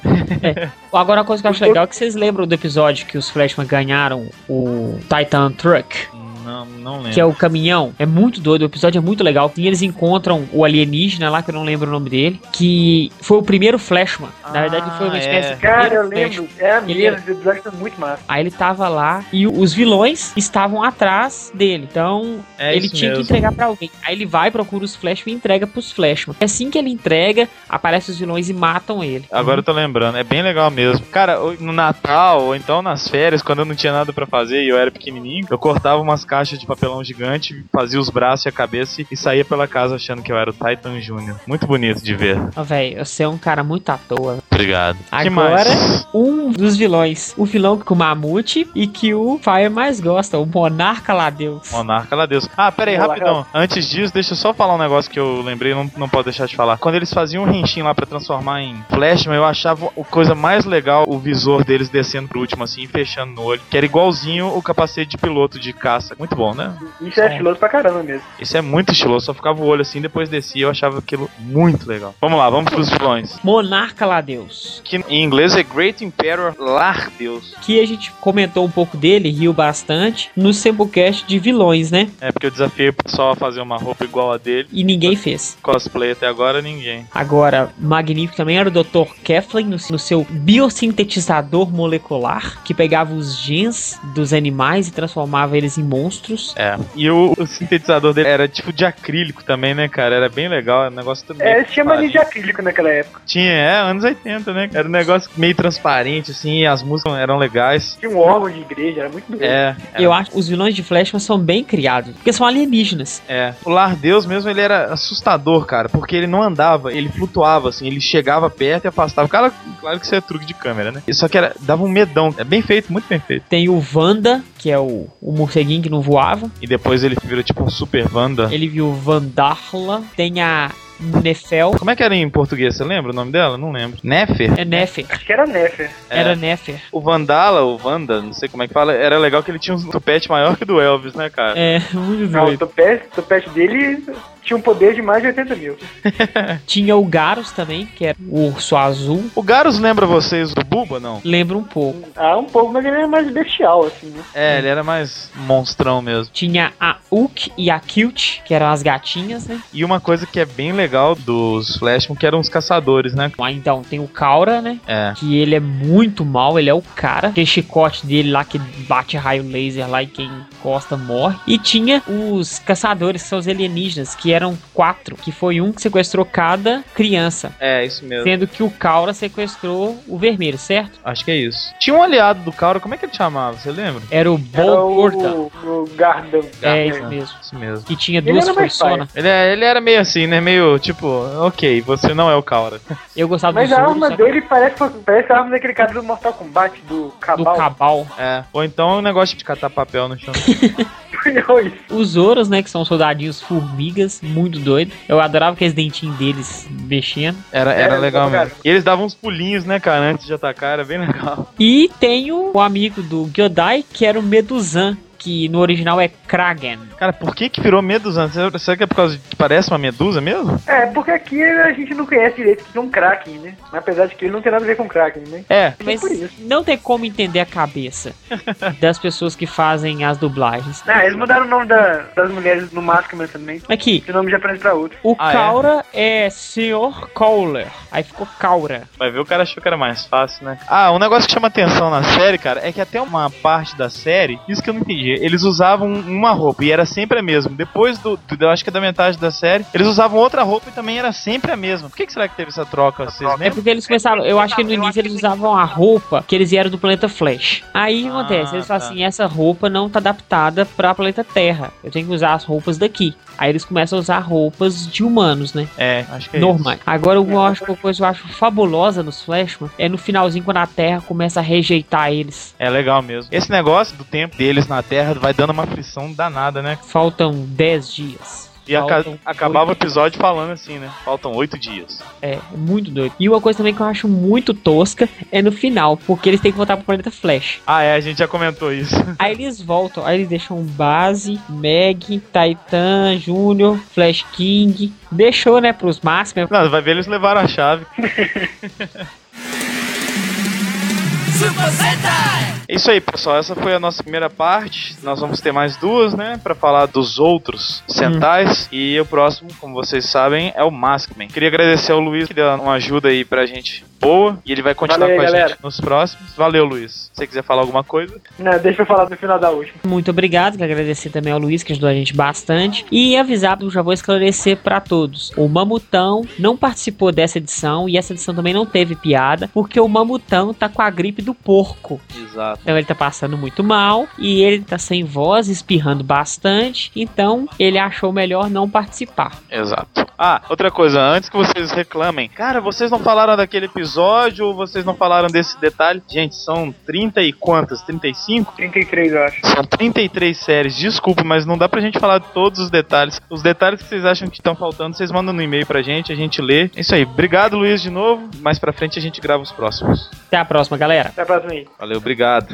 Agora, uma coisa que eu acho Porque- legal é que vocês lembram do episódio que os Flashman ganharam o Titan Truck? Não, não lembro. Que é o caminhão. É muito doido, o episódio é muito legal. E eles encontram o alienígena lá, que eu não lembro o nome dele, que foi o primeiro Flashman. Na verdade, ele foi uma Ah, espécie é. de Cara, eu primeiro Flashman. lembro. É Ele mesmo, os episódios são muito massa. Aí ele tava lá e os vilões estavam atrás dele. Então, É ele isso tinha que mesmo. entregar pra alguém. Aí ele vai, procura os Flashman e entrega pros Flashman. E Assim que ele entrega, aparecem os vilões e matam ele. Agora eu tô lembrando, é bem legal mesmo. Cara, o- no Natal, ou então nas férias, quando eu não tinha nada pra fazer e eu era pequenininho, eu cortava umas caixas de papelão gigante, fazia os braços e a cabeça e saía pela casa achando que eu era o Titan Jr. Muito bonito de ver. Ah, velho, você é um cara muito à toa. Obrigado. Agora- Que mais? um dos vilões. O vilão com o mamute e que o Fire mais gosta, o Monarca Ladeus. Monarca, lá Deus. Ah, pera aí, Monarca. rapidão. Antes disso, deixa eu só falar um negócio que eu lembrei, não, não posso deixar de falar. Quando eles faziam um rinchinho lá pra transformar em Flashman, eu achava a coisa mais legal o visor deles descendo pro último, assim, fechando no olho, que era igualzinho o capacete de piloto de caça. Muito bom, né? Isso é estiloso pra caramba mesmo. Isso é muito estiloso, só ficava o olho assim, depois descia, eu achava aquilo muito legal. Vamos lá, vamos pros vilões. Monarca Ladeus. Que em inglês é Great Emperor Lardeus. Que a gente comentou um pouco dele, riu bastante, no Sempocast de vilões, né? É porque eu desafiei o pessoal a fazer uma roupa igual a dele. E ninguém fez. Cosplay até agora ninguém. Agora, magnífico também era o Dr. Keflin no, no seu biosintetizador molecular, que pegava os genes dos animais e transformava eles em monstros. É. E o, o sintetizador dele era tipo de acrílico também, né, cara? Era bem legal, era um negócio também. É, eles tinham Fácil. mania de acrílico naquela época. Tinha, é, anos 80, né? Era um negócio meio transparente, assim, e as músicas eram legais. Tinha um órgão de igreja, era muito doido. É, Eu acho que os vilões de Flashman são bem criados, porque são alienígenas. É, o Lar Deus mesmo, ele era assustador, cara, porque ele não andava, ele flutuava, assim, ele chegava perto e afastava. Cara, claro que isso é truque de câmera, né? Só que era, dava um medão. É bem feito, muito bem feito. Tem o Wanda, que é o, o morceguinho que não voava. E depois ele virou tipo um super Wanda. Ele viu o Vandarla. Tem a Nefel. Como é que era em português? Você lembra o nome dela? Não lembro. Nefer? É Nefer. Acho que era né? Nefer. Era Nefer. O Vandala, o Wanda, não sei como é que fala, era legal que ele tinha um tupete maior que o do Elvis, né, cara? É, muito Não, o doido. topete, o topete dele tinha um poder de mais de 80 mil. Tinha o Garus também, que era o urso azul. O Garus lembra vocês do Buba, não? Lembra um pouco. Ah, um pouco, mas ele era mais bestial, assim, né? É, ele era mais monstrão mesmo. Tinha a Uk e a Kilt, que eram as gatinhas, né? E uma coisa que é bem legal dos Flashman, que eram os caçadores, né? Ah, Então, tem o Kaura, né? É. Que ele é muito mal, ele é o cara. Tem chicote dele lá que bate raio laser lá e quem encosta morre. E tinha os caçadores, que são os alienígenas, que eram quatro. Que foi um que sequestrou cada criança. É, isso mesmo. Sendo que o Kaura sequestrou o vermelho, certo? Acho que é isso. Tinha um aliado do Cauro, como é que ele chamava? Você lembra? Era o Era Bol Gorta. o, o Gardão. É Garfield. isso mesmo. Isso mesmo. Que tinha Ele duas era mais personas. Ele, é- ele era meio assim, né? Meio tipo, ok, você não é o Caura. Eu gostava Mas do a Zoro, arma só que- dele parece, parece a arma daquele cara do Mortal Kombat, do do Cabal. Cabal. É. Ou então um negócio de catar papel no chão. Os Zoros, né? Que são soldadinhos formigas, muito doido. Eu adorava aqueles dentinhos deles mexendo. Era, era Era legal legal, mesmo. E eles davam uns pulinhos, né, cara, antes de atacar, era bem legal. E tem o, o amigo do Gyodai, que era o Medusan. que no original é Kragen. Cara, por que que virou medusa? Será- Será que é por causa de que parece uma medusa mesmo? É, porque aqui a gente não conhece direito que é um Kraken, né? Apesar de que ele não tem nada a ver com Kraken, né? É. Mas por isso. não tem como entender a cabeça das pessoas que fazem as dublagens. Ah, eles mudaram o nome da- das mulheres no Maskman também. Aqui, De nome japonês pra outro. o Ah, é? Kaura é? Sr. Cowler. Aí ficou Kaura. Vai ver, o cara achou que era mais fácil, né? Ah, um negócio que chama atenção na série, cara, é que até uma parte da série, isso que eu não entendi, eles usavam uma roupa e era sempre a mesma. Depois do, do- eu acho que é da metade da série, eles usavam outra roupa e também era sempre a mesma. Por que, que será que teve essa troca? Vocês É lembram? porque eles começaram, eu acho que no início eles usavam a roupa que eles vieram do planeta Flash. Aí Ah, acontece, eles falam tá. assim, essa roupa não tá adaptada pra planeta Terra. Eu tenho que usar as roupas daqui. Aí eles começam a usar roupas de humanos, né? É, acho que é Normal. Agora, uma, acho, uma coisa que eu acho fabulosa nos Flashman é no finalzinho quando a Terra começa a rejeitar eles. isso. É legal mesmo. Esse negócio do tempo deles na Terra vai dando uma aflição danada, né? Faltam 10 dias. E aca- Faltam acabava o oito- episódio falando assim, né? Faltam oito dias. É, muito doido. E uma coisa também que eu acho muito tosca é no final, porque eles têm que voltar pro planeta Flash. Ah, é, a gente já comentou isso. Aí eles voltam, aí eles deixam Base, Meg, Titan, Júnior, Flash King. Deixou, né, pros máximos. Não, vai ver, eles levaram a chave. É Isso aí, pessoal. Essa foi a nossa primeira parte. Nós vamos ter mais duas, né? Pra falar dos outros centais. Hum. E o próximo, como vocês sabem, é o Maskman. Queria agradecer ao Luiz que deu uma ajuda aí pra gente boa. E ele vai continuar Valeu aí, com a galera. gente nos próximos. Valeu, Luiz. Se você quiser falar alguma coisa. Não, deixa eu falar no final da última. Muito obrigado, quero agradecer também ao Luiz que ajudou a gente bastante. E avisar, eu já vou esclarecer pra todos. O Mamutão não participou dessa edição e essa edição também não teve piada, porque o Mamutão tá com a gripe do porco. Exato. Então ele tá passando muito mal e ele tá sem voz, espirrando bastante. Então ele achou melhor não participar. Exato. Ah, outra coisa, antes que vocês reclamem, cara, vocês não falaram daquele episódio ou vocês não falaram desse detalhe? Gente, são 30 e quantas? 35? 33, eu acho. São 33 séries, desculpa, mas não dá pra gente falar todos os detalhes. Os detalhes que vocês acham que estão faltando, vocês mandam no e-mail pra gente, a gente lê. É isso aí, obrigado Luiz de novo. Mais pra frente a gente grava os próximos. Até a próxima, galera. Até a próxima aí. Valeu, obrigado.